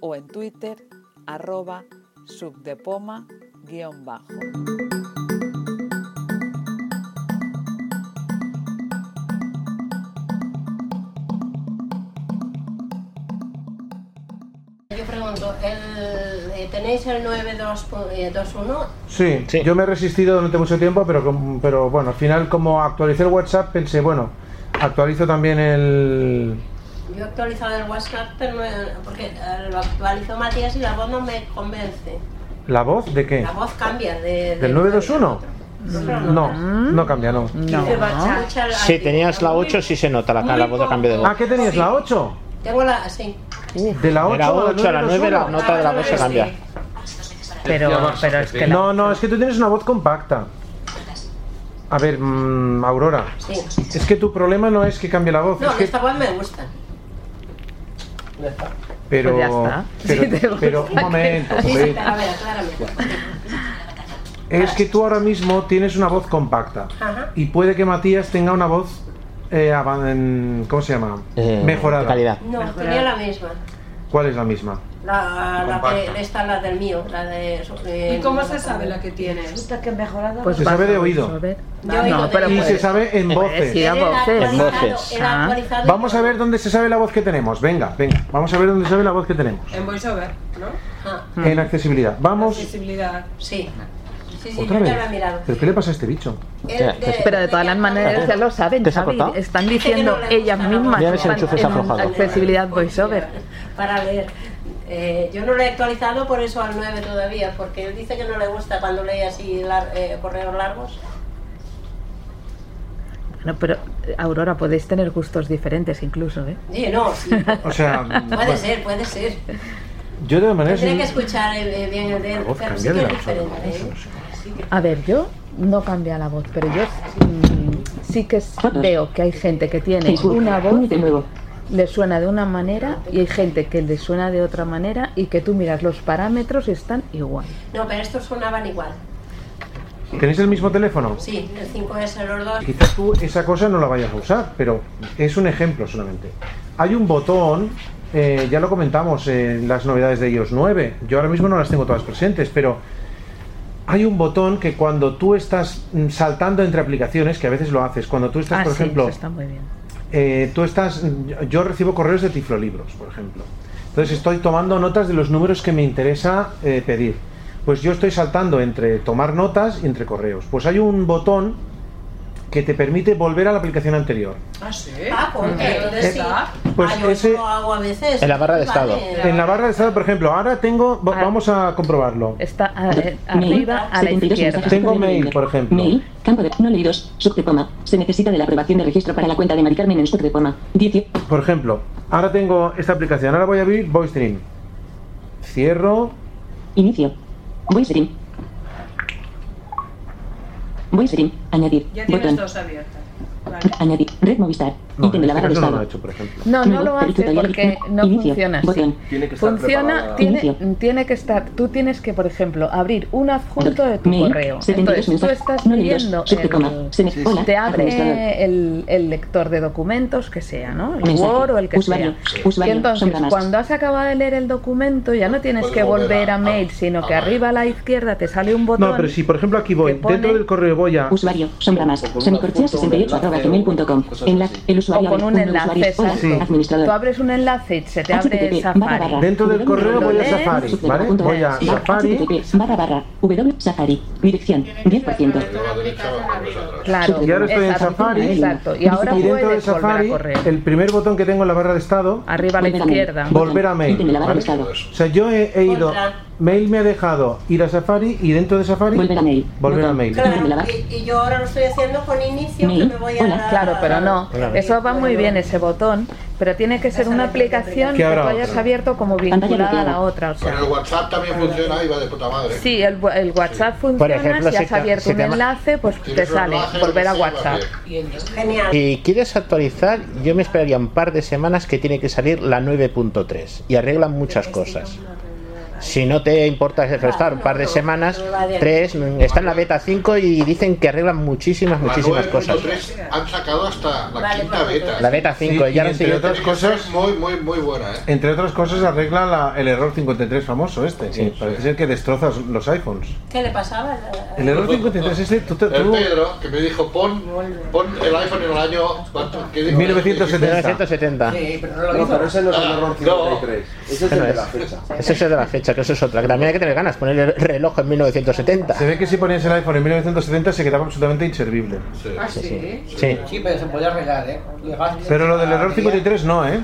M: o en twitter arroba subdepoma guión bajo.
N: Yo pregunto, el, eh, ¿tenéis el 9221?
B: Sí, yo me he resistido durante mucho tiempo, pero, com- pero bueno, al final como actualicé el WhatsApp pensé, bueno, actualizo también el...
N: Yo he actualizado el WhatsApp, pero no, he- porque eh, lo actualizó Matías y la voz no me convence.
B: ¿La voz de qué?
N: La voz cambia de...
B: ¿Del 921? No,
C: Mm.
B: no cambia, no.
N: Dice, "Bacha, bacha, la-
C: Si tenías la 8, sí se nota la, la voz de cambio de voz.
B: Ah, ¿qué tenías? ¿La 8?
N: Tengo la... sí.
B: De la 8
C: De la ocho a la nueve, la nota de la voz se cambia.
E: Pero- pero es que la-
B: No, no, es que tú tienes una voz compacta. A ver, mm, Aurora.
N: Sí.
B: Es que tu problema no es que cambie la voz,
N: No,
B: es que-
N: esta voz me gusta.
B: pero,
N: Pues ya está.
B: pero,
N: Si te gusta
B: pero un
N: que-
B: momento,
N: Sí,
B: hombre.
N: a ver, aclárame.
B: es que tú ahora mismo tienes una voz compacta
N: Ajá.
B: y puede que Matías tenga una voz, eh, avan- en- ¿cómo se llama? Mejorada.
N: No, tenía la misma.
B: ¿Cuál es la misma?
N: La, la
B: Compacta.
N: que esta la del mío, la de.
D: ¿Y cómo se sabe la que tienes?
N: Resulta que mejorada.
B: Pues se sabe de oído.
N: De oído, de
B: y
N: oído.
B: se sabe en
N: Puede
B: voces.
N: decir a voces. Ah.
B: En voces.
N: Era actualizado.
B: Vamos a ver dónde se sabe la voz que tenemos. Venga, venga. Vamos a ver dónde se sabe la voz que tenemos.
D: En VoiceOver, ¿no?
N: Ah,
B: En accesibilidad. Vamos.
D: accesibilidad.
N: Sí.
D: Sí,
B: Otra vez. ¿Pero qué le pasa a este bicho?
E: Pero de todas las maneras ya lo saben,
B: ¿Te has
E: Xavi.
B: acordado?
E: Están diciendo ellas mismas
B: Mira a ver si
E: están
B: el enchufe se ha
E: en
B: aflojado.
E: accesibilidad voiceover.
N: Para leer. Eh, yo no lo he actualizado por eso al 9 todavía, porque él dice que no le gusta cuando lee así lar- eh, correos largos.
E: Bueno, pero eh, Aurora, podéis tener gustos diferentes incluso, ¿eh?
N: Sí, no, sí.
B: O sea,
N: Puede
B: bueno,
N: ser, puede ser.
B: yo de todas maneras.
N: Tendré que escuchar eh, bien el de él,
B: La voz
N: pero sí
B: cambia
N: que
B: de
N: es
B: la-
N: diferente. ¿eh?
E: A ver, yo no cambia la voz, pero yo mm, sí que s- veo que hay gente que tiene
H: Facebook.
E: una voz,
H: Únete nuevo.
E: le suena de una manera y hay gente que le suena de otra manera y que tú miras los parámetros y están igual.
N: No, pero estos sonaban igual.
B: ¿Tenéis el mismo teléfono?
N: Sí, el 5S, los dos.
B: Quizás tú esa cosa no la vayas a usar, pero es un ejemplo solamente. Hay un botón, eh, ya lo comentamos en las novedades de iOS 9, yo ahora mismo no las tengo todas presentes, pero hay un botón que cuando tú estás mm, saltando entre aplicaciones, que a veces lo haces, cuando tú estás,
E: Ah,
B: por
E: sí,
B: ejemplo,
E: eso está muy bien.
B: eh, tú estás, yo- yo recibo correos de tiflolibros, por ejemplo. Entonces estoy tomando notas de los números que me interesa eh, pedir. Pues yo estoy saltando entre tomar notas y entre correos. Pues hay un botón que te permite volver a la aplicación anterior.
D: Ah, sí.
N: Ah, porque entonces sí.
B: Pues
N: Ah, yo
B: ese-
N: eso lo hago a veces. Vale.
B: En la barra de estado, por ejemplo, ahora tengo, va- vamos a comprobarlo.
E: Ah. Está a- eh,
H: Mail,
E: arriba a la
H: 72
E: izquierda.
H: mensajes
B: Tengo
H: que podrían
B: mail,
H: leer.
B: por ejemplo.
H: Mail, campo de no leídos, sub de poma. Se necesita de la aprobación de registro para la cuenta de Mari Carmen en sub de poma. 10.
B: Por ejemplo, ahora tengo esta aplicación, ahora voy a abrir VoiceStream. Cierro.
H: Inicio. VoiceStream. VoiceStream. Añadir.
D: Ya tienes
H: Botón.
D: dos abiertas. Vale.
H: Añadir. Red Movistar. ítem de la barra de
B: no lo ha
H: estado.
B: hecho, por ejemplo.
E: No, no
H: Nuevo,
E: lo hace
H: editorial,
E: porque no
H: inicio,
E: funciona así.
H: botón.
O: Tiene que estar
E: Funciona,
O: preparada.
E: tiene,
H: Inicio.
E: tiene que estar, tú tienes que, por ejemplo, abrir un adjunto de tu
H: Mail,
E: correo.
H: 72
E: Entonces, tú
H: mensajes,
E: estás
H: no leídos,
E: leyendo,
H: subte, coma,
E: el-
H: se me- hola,
E: te abre
H: administrador.
E: el, el lector de documentos que sea, ¿no? El
H: Mensaje,
E: Word o el que
H: usuario,
E: sea.
H: usuario,
E: y entonces,
H: sombra más.
E: cuando has acabado de leer el documento, ya no tienes
O: Pues
B: Puedes
E: que
B: volver
E: volver
B: a-
E: a mail, sino que arriba a la izquierda te sale un botón.
B: No, pero si por ejemplo aquí voy,
E: pone-
B: dentro del correo voy a.
H: Usuario, sombra más, semicorchea68 arroba gmail.com. Enlace, el usuario
E: o con un
H: abre,
E: enlace
H: usuario, hola,
E: exacto. Tú
H: administrador.
E: abres un enlace y se te abre
H: HTTP,
E: el
H: barra,
E: Safari.
H: barra,
B: Dentro del
H: www,
B: correo voy a
H: lees,
B: Safari,
H: subte,
B: ¿vale?
H: punto,
B: Voy a
H: barra,
B: Safari.
H: HTTP, barra, barra, w, Safari. Dirección, 10%.
E: Claro,
B: y ahora estoy en Safari.
E: Exacto, y ahora
B: y dentro de
E: puedes volver a
B: Safari,
E: correr.
B: el primer botón que tengo en la barra de estado.
E: Arriba a la Volver a mail. izquierda.
B: Volver a mail.
E: Ítem de la barra
B: ¿vale?
E: de estado.
B: O sea, yo he, he ido. Mail me ha dejado ir a Safari y dentro de Safari. Volver
H: a mail.
B: Volver a mail.
N: Claro, y, y yo ahora lo estoy haciendo con inicio, que me voy a...
E: Claro, pero no.
B: Claro.
E: Eso va muy bien ese botón, pero tiene que ser una aplicación
B: ¿Qué
E: que tú
B: habrá
E: hayas
B: otra?
E: abierto como vinculada a la otra. O sea,
K: Con el WhatsApp también funciona y va de puta madre.
E: sí, el, wa- el WhatsApp funciona.
C: ejemplo,
E: si
C: si
E: has
C: te-
E: abierto
C: si
E: un
C: te ma-
E: enlace, pues te
C: Tienes un
E: sale
C: enlace,
E: volver a
C: sí,
E: WhatsApp.
N: Genial.
C: Si quieres actualizar, yo me esperaría un par de semanas que tiene que salir la 9.3 y arreglan muchas cosas. Si no te importa estar un par de semanas, tres, está en la beta 5 y dicen que arreglan muchísimas,
K: La
C: muchísimas cosas.
K: 9.3 han sacado hasta la quinta beta.
C: La beta 5, ya han
B: entre
C: seguido
B: otras
K: cosas muy, muy, muy buena, ¿eh?
B: Entre otras cosas arregla la- el error 53 famoso este. que parece ser que destrozas los iPhones.
N: ¿Qué le pasaba?
B: El error 53 este tú te...
K: El
B: tú-
K: Pedro, que me dijo, pon, pon el iPhone en el año... ¿cuánto? ¿Qué
J: eh,
K: dijo?
C: 1970.
K: Sí, pero no lo
O: No,
K: hizo.
O: pero ese no es el
K: Ah,
O: error
K: no.
O: 53. Ese es el
C: Ese no
O: de la
C: es.
O: fecha.
C: Ese es el de la fecha, que eso es otra. Que también hay que tener ganas, poner el reloj en 1970.
B: Se ve que si ponías el iPhone en 1970 se quedaba absolutamente inservible.
F: Ah, sí.
C: Sí.
F: Sí, pero se podía arreglar, ¿eh? Llegaste-
B: Pero lo del error 53 no, ¿eh?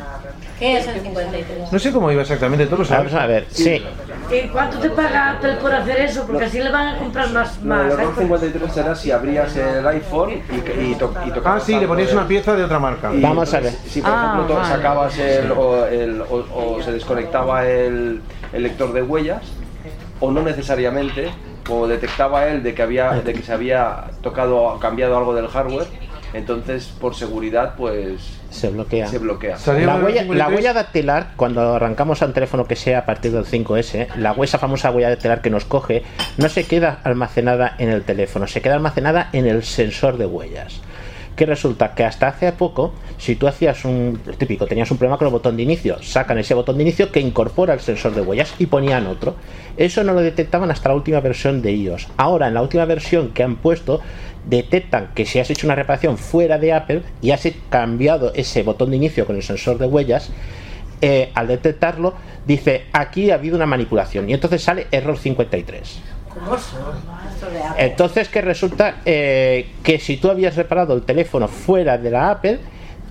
N: ¿Qué es el 53?
B: No sé cómo iba exactamente, tú lo sabes.
C: Vamos a ver, sí.
L: ¿Y ¿Cuánto te paga Apple por hacer eso? Porque así le van a comprar más. ¿eh?
O: No, el
L: más
O: error
L: iPhone.
O: 53 era si abrías el iPhone y, y, to- y
B: Ah,
O: tocabas.
B: sí, le
O: algo
B: ponías
O: de-
B: una pieza de otra marca.
O: y entonces, Si, por
B: Ah,
O: ejemplo to-
B: vale.
O: sacabas el, o, el- o- o se desconectaba el, el lector de huellas, o no necesariamente, o detectaba él de que, había, de que se había tocado o cambiado algo del hardware, entonces por seguridad, pues.
C: Se bloquea.
O: Se bloquea.
C: La huella, la huella dactilar, cuando arrancamos a un teléfono que sea a partir del 5S, la huella, esa famosa huella dactilar que nos coge, no se queda almacenada en el teléfono, se queda almacenada en el sensor de huellas. Que resulta que hasta hace poco, si tú hacías un el típico, tenías un problema con el botón de inicio, sacan ese botón de inicio que incorpora el sensor de huellas y ponían otro. Eso no lo detectaban hasta la última versión de iOS. Ahora, en la última versión que han puesto, detectan que si has hecho una reparación fuera de Apple y has cambiado ese botón de inicio con el sensor de huellas, eh, al detectarlo dice aquí ha habido una manipulación y entonces sale error 53.
N: ¿Cómo son? Esto de Apple.
C: Entonces que resulta eh, que si tú habías reparado el teléfono fuera de la Apple,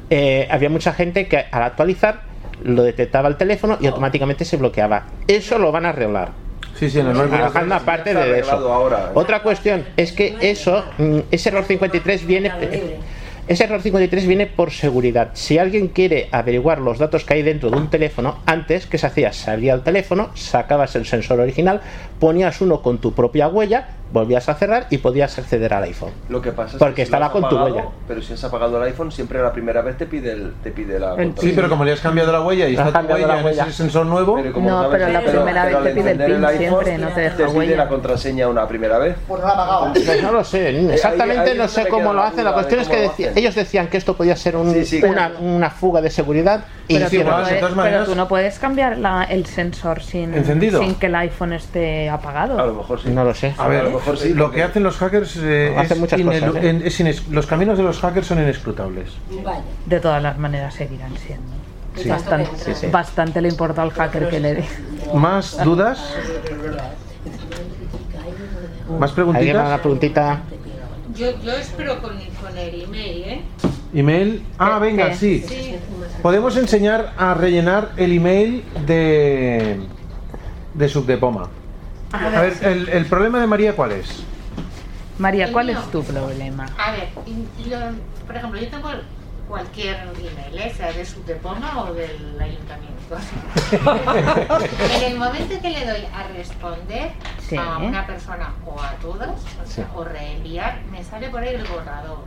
C: eh, había mucha gente que al actualizar lo detectaba el teléfono y automáticamente se bloqueaba. Eso lo van a arreglar.
B: Sí, sí, en el nuevo-
C: Trabajando
B: Ya está
C: aparte de
B: arreglado
C: eso.
B: ahora, ¿eh?
C: Otra cuestión es que eso, mm, ese error 53 viene... Ese error 53 viene por seguridad. Si alguien quiere averiguar los datos que hay dentro de un teléfono, antes, ¿qué se hacía? Se abría el teléfono, sacabas el sensor original, ponías uno con tu propia huella, volvías a cerrar y podías acceder al iPhone.
O: Lo que pasa es
C: Porque
O: que si lo
C: estará
O: has
C: con tu
O: apagado,
C: huella.
O: Pero si has apagado el iPhone, siempre la primera vez te pide, el, te pide la.
B: Sí, pero como le has cambiado la huella y
O: Has
B: está tu
O: cambiado la
B: huella en
O: huella.
B: ese sensor nuevo.
O: como
E: No,
O: sabes,
E: pero la primera vez
O: al
E: te pide el
O: encender
E: PIN
O: iPhone,
E: siempre, no te deja
O: pide
E: huella.
O: la contraseña una primera vez.
F: Pues no la ha pagado.
C: Pues no lo sé, exactamente
O: Eh, ahí
C: no
O: es donde
C: sé
O: me
C: cómo
O: queda
C: lo
O: la
C: hacen. La
O: duda
C: cuestión
O: de
C: es que
O: cómo lo
C: decía-
O: hacen.
C: ellos decían que esto podía ser un- una, una fuga de seguridad y
E: Pero, tú,
C: hicieron
E: no
C: eso.
E: puedes- pero tú no puedes cambiar la- el sensor sin,
B: ¿Encendido?
E: sin que el iPhone esté apagado.
O: mejor
C: No lo sé.
B: A ver, lo que hacen los hackers eh,
C: Hacen
B: es
C: muchas
B: inelu-
C: cosas, ¿eh?
B: en- es ines- los caminos de los hackers son inescrutables.
N: Vaya.
E: De todas las maneras seguirán siendo.
B: Sí.
E: Bastante,
B: Sí, sí.
E: bastante le importa al hacker que le dé.
B: ¿Más dudas? ¿Más
C: ¿Alguien me haga
B: preguntitas?
C: una preguntita?
I: Yo, yo espero con, con el email, ¿eh?
B: ¿Email? Ah, venga, sí. Podemos enseñar a rellenar el email de, de Subdepoma. A ver, el, el problema de María, ¿cuál es?
E: María,
I: El
E: ¿cuál
I: mío.
E: es tu problema?
I: A ver, y- y lo- por ejemplo, yo tengo cualquier email, ¿eh? sea de Subdepoma o del
E: [laughs]
I: ayuntamiento. en el momento que le doy a responder
E: Sí.
I: a una persona o a todas, o, sea,
E: Sí.
I: o reenviar, me sale por ahí el borrador.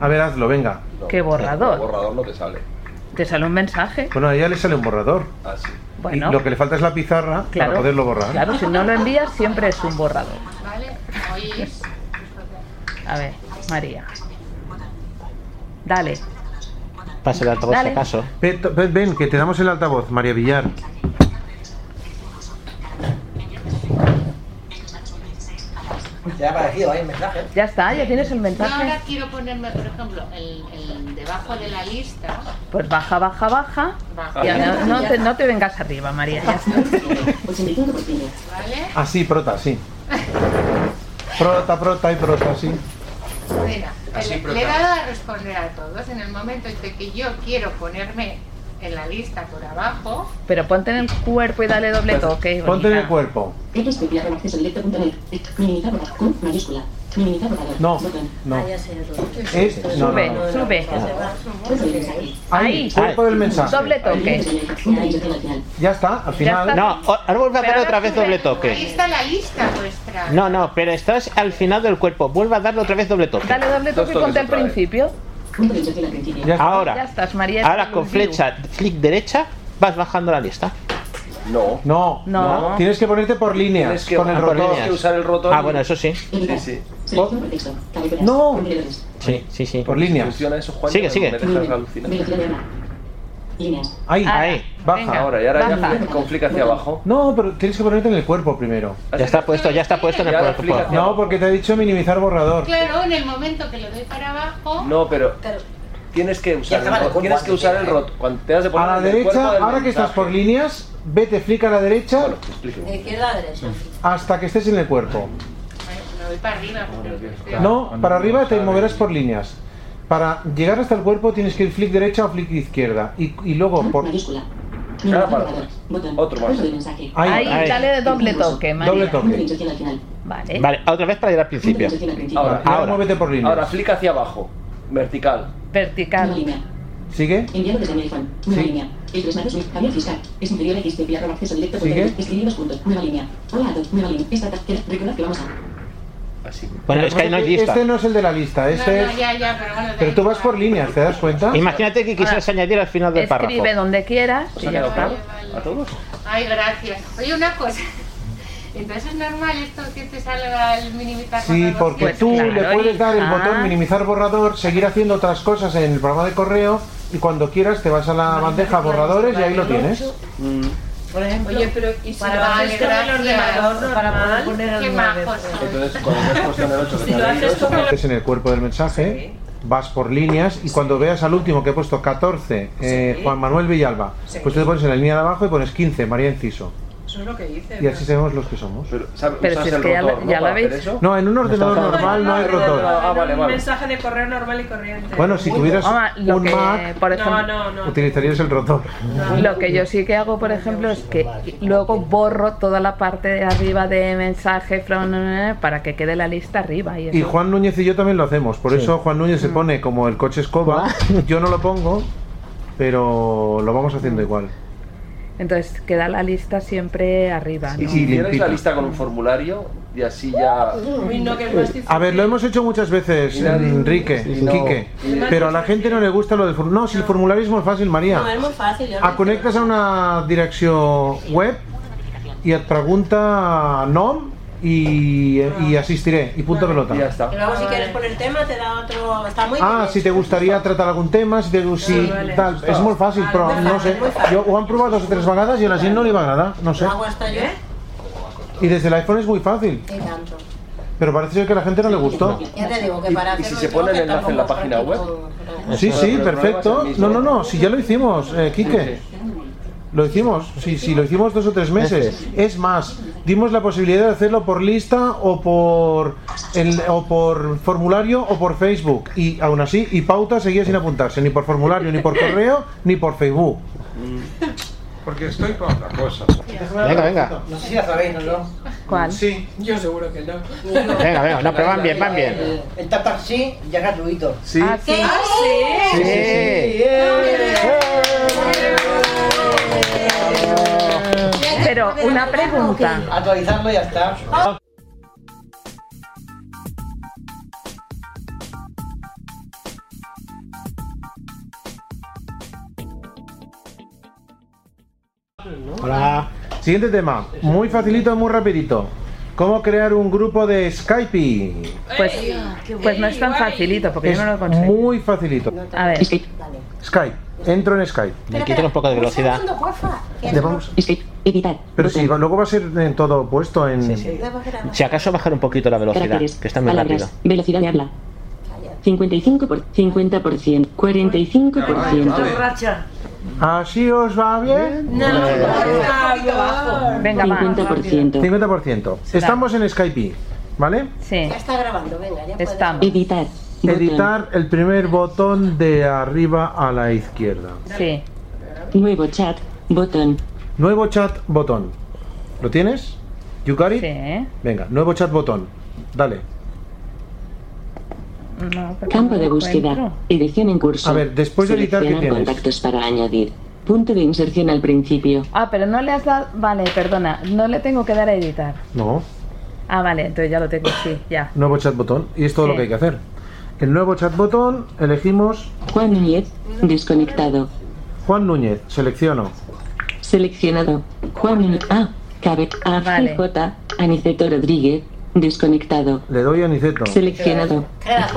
B: A ver, hazlo, venga.
O: No,
E: ¿Qué borrador?
O: no, borrador no te sale.
E: Te sale un mensaje.
B: Bueno, a ella le sale un borrador.
O: Así.
E: Bueno.
B: Y lo que le falta es la pizarra
E: Claro.
B: para poderlo borrar.
E: Claro, si no lo envías siempre es un borrador.
I: ¿Vale? Oís.
E: A ver, María. Dale.
B: Pasa el
E: altavoz, Dale. si acaso.
B: Ven, ven, que te damos el altavoz, María Villar.
F: Te ha aparecido ahí el mensaje.
E: Ya está, ya tienes el
I: Yo
E: mensaje.
I: ahora quiero ponerme, por ejemplo, el, el debajo de la lista.
E: Pues baja, baja, baja.
I: Baja.
E: Y ahora no, te, no te vengas arriba, María. Ya está.
I: ¿Vale?
B: Así,
E: [laughs]
B: prota, sí. Prota, prota y prota, sí.
I: Mira,
B: Así,
I: le,
B: pero
I: le he
B: claro.
I: dado a responder a todos en el momento en que yo quiero ponerme en la lista por abajo.
E: Pero ponte en el cuerpo y dale doble toque.
B: Pues Ponte en el cuerpo.
H: Eres teclado en acceso directo.net. Minimizar borrador. Con mayúscula. Minimizar borrador.
B: No,
H: Botón.
B: no.
H: Es-
B: no, no,
E: sube,
B: no.
E: sube.
B: Ahí, cuerpo del mensaje.
E: Doble toque.
B: Ya está, al
E: final. Ya está.
C: No, o- ahora vuelve a
E: Pero
C: hacer
E: ahora
C: otra vez
E: sube.
C: doble
I: Ahí
C: toque.
I: está la lista vuestra.
C: No, no, pero estás al final del cuerpo. Vuelve a darle otra vez doble toque.
E: Dale doble toque y ponte al principio. Ya
C: Ahora,
E: estás, María.
C: ahora con flecha, clic derecha, vas bajando la lista.
O: No.
B: No,
C: No.
B: no. Tienes que ponerte por líneas.
C: Tienes que-
B: con el
C: ah, por
B: rotor.
C: líneas. Tienes que usar el rotor
B: Ah,
C: y-
B: bueno,
C: eso sí.
O: Sí, sí.
B: No.
C: Sí, sí, sí.
B: Por líneas.
O: Funciona eso, Juan.
C: Sigue,
O: me-
C: sigue.
O: Me dejas alucinar.
B: Ahí,
O: Ahí.
B: baja.
O: Venga, Ahora, y ahora ya baja. con clic hacia abajo.
B: No, pero tienes que ponerte en el cuerpo primero.
O: Ya
C: está puesto, ya está puesto en el cuerpo.
B: No, porque te ha dicho minimizar borrador.
I: Claro, en el momento que lo doy para abajo.
O: No, pero tienes que usar
B: estaba
O: el
B: el cuerpo
O: rotor. Tienes que
B: antes,
O: usar el rotor. Cuando te has de poner
B: A la
O: en el
B: derecha,
O: cuerpo del
B: ahora que estás
O: mensaje.
B: por líneas, vete flick a la derecha
N: De izquierda a derecha.
B: hasta que estés en el cuerpo.
I: Me voy para arriba. porque-
B: No, para arriba te moverás por líneas. Para llegar hasta el cuerpo tienes que ir flick derecha o flick izquierda. Y, y luego por.
O: Ahora para atrás. Otro
B: Pues
O: más.
E: Ahí, dale de doble toque, María.
B: Doble toque.
E: Vale.
C: Vale, otra vez para ir al principio.
O: Ahora,
C: ahora,
B: muévete por líneas.
O: Ahora, clic hacia abajo. Vertical.
E: Vertical.
B: ¿Sigue?
H: Enviado desde mi iPhone. Nueva línea. El tres manos Javier Fiscal. Es inferior a XTP arroba acceso directo. punto
C: Sigue.
H: net. Escribimos punto. Nueva línea. Hola a todos. Nueva línea. Esta tarde. Recordad que vamos a.
O: Así.
C: Bueno, es que ahí no hay lista.
B: Este no es el de la lista, este es.
I: Ya, ya, pero bueno.
B: Pero tú vas por líneas, ¿te das cuenta?
C: Imagínate que quisieras añadir al final del párrafo.
E: Escribe donde quieras y ya está.
O: ¿A todos?
I: Ay, gracias. Oye, una cosa. [laughs] Entonces es normal esto que te salga el minimizar.
B: Sí,
I: cuando lo
B: porque
I: quieres?
B: tú le puedes dar el
I: Pues hija.
B: botón minimizar borrador, seguir haciendo otras cosas en el programa de correo y cuando quieras te vas a la bandeja borradores y ahí lo tienes.
O: Mm,
L: Por ejemplo,
D: Oye, pero ¿y si
L: para
D: lo haces
L: hacer
D: con el ordenador
L: para
D: normal?
L: poder poner
D: Qué
L: el nueve.
O: Entonces, cuando has puesto en el 8,
D: Si lo haces con el-
B: Metes en el cuerpo del mensaje, vas por líneas y cuando veas al último que he puesto 14, eh,
D: Sí.
B: Juan Manuel Villalba,
D: Sí.
B: pues tú te pones en la línea de abajo y pones 15, María Enciso.
D: Eso es lo que dice.
B: Y así sabemos los que somos. Pero,
D: Pero usas si es el que ya rotor, la- ¿no? ya la para hacer veis. eso.
B: No, en un ordenador
D: No,
B: normal no hay
N: Ah,
B: rotor.
D: Un mensaje de correo normal y corriente.
B: Bueno, si tuvieras
E: Oma, lo
B: un
E: que,
B: Mac,
E: por ejemplo-
D: no, no, no.
B: utilizarías el rotor.
E: Lo que yo sí que hago, por ejemplo, es que luego borro toda la parte de arriba de mensaje from- para que quede la lista arriba. Y, eso.
B: Y Juan Núñez y yo también lo hacemos. Por eso Juan Núñez
D: Mm.
B: se pone como el coche escoba. Yo no lo pongo, pero lo vamos haciendo igual.
E: Entonces queda la lista siempre
D: Ah,
E: arriba.
O: Y
E: ¿no?
O: si tienes
B: limpita.
O: la lista con un formulario, y así ya.
E: Uy, no, que es
D: más
B: A ver, lo hemos hecho muchas veces, Enrique, Quique. Pero a la gente no le gusta lo del formulario. No, si el formulario es muy fácil,
N: No, es
B: María.
N: muy fácil. Yo
B: A
N: no
B: connectes Ah, a una direcció web i et pregunta nom i, i assistiré, i punto pelota. Ja
O: està.
N: Y luego si quieres poner tema te da otro... Está muy
B: Ah, si te gustaría tratar algún tema, si, te, si
N: vale.
B: tal, és molt fàcil, però no sé, jo ho han provat dos o tres vegades i a la gent no li va agradar, no sé.
N: Lo hago hasta yo.
B: I des de l'iPhone és molt fàcil,
N: Y tanto.
B: però parece ser que a la gente no le gustó.
N: Ya te digo que para
O: Y si
N: hacerlo
O: se
N: yo,
O: pone el
N: que
O: enlace en la
N: tampoco-
O: página web.
B: Sí, sí, perfecto. No, no, no, si ya lo hicimos, eh, Quique. Lo hicimos, sí, sí, lo hicimos dos o tres meses. Es más, dimos la posibilidad de hacerlo por lista o por el, o por formulario o por Facebook. Y aún así, y pauta seguía sin apuntarse, ni por formulario, ni
C: [laughs]
B: por correo, ni por Facebook.
G: Porque estoy con otra cosa.
B: Venga, venga.
F: No sé si la sabéis, ¿no? no?
E: ¿Cuál?
F: Sí, yo seguro que no.
C: Venga, venga, no, pero van bien, van bien.
F: El, el Tap Tap sí ya es gratuito.
B: Sí.
F: Ah,
N: sí.
F: sí.
C: Sí, sí, sí.
E: Pero una pregunta.
F: Actualizarlo y ya está.
B: Hola. Siguiente tema. Muy facilito, muy rapidito. ¿Cómo crear un grupo de Skype?
E: Pues, pues no es tan facilito, porque
B: Es
E: yo no lo consigo.
B: Muy facilito.
E: A ver.
B: Skype. Entro en Skype.
C: Le quito un poco de velocidad.
B: Le vamos- Pero si luego va a ser en todo puesto en...
C: Si acaso bajar un poquito la velocidad,
H: Caracteres,
C: que está muy
H: palabras,
C: rápido.
H: velocidad de habla. 55 por 50%, 45%.
L: Racha.
B: ¿Así os va bien?
L: No, no,
E: Venga, va.
B: 50%. 50%. Estamos en Skype, ¿vale?
E: Sí. Ya
N: está grabando, venga, ya
E: Estamos.
H: Editar.
B: Editar el primer botón de arriba a la izquierda.
E: Sí.
H: Nuevo chat, botón.
B: Nuevo chat botón. ¿Lo tienes? ¿You got it?
E: ¿eh?
B: Venga, nuevo chat botón. Dale.
E: No, pero
H: Campo
E: no
H: de
E: lo
H: búsqueda.
E: encuentro.
H: Edición en curso.
B: A ver, después de editar, ¿qué
H: Seleccionar
B: tienes?
H: contactos para añadir. Punto de inserción al principio.
E: Ah, pero no le has dado. Vale, perdona. No le tengo que dar a editar.
B: No,
E: Ah, vale, entonces ya lo tengo, sí, ya.
B: nuevo chat botón. Y es todo
E: Sí.
B: lo que hay que hacer. El nuevo chat botón, elegimos
H: Juan Núñez, desconectado.
B: Juan Núñez, selecciono.
H: Seleccionado. Juan Núñez. A. Cabe. A. J. Aniceto Rodríguez, desconectado.
B: Le doy a Niceto.
H: Seleccionado.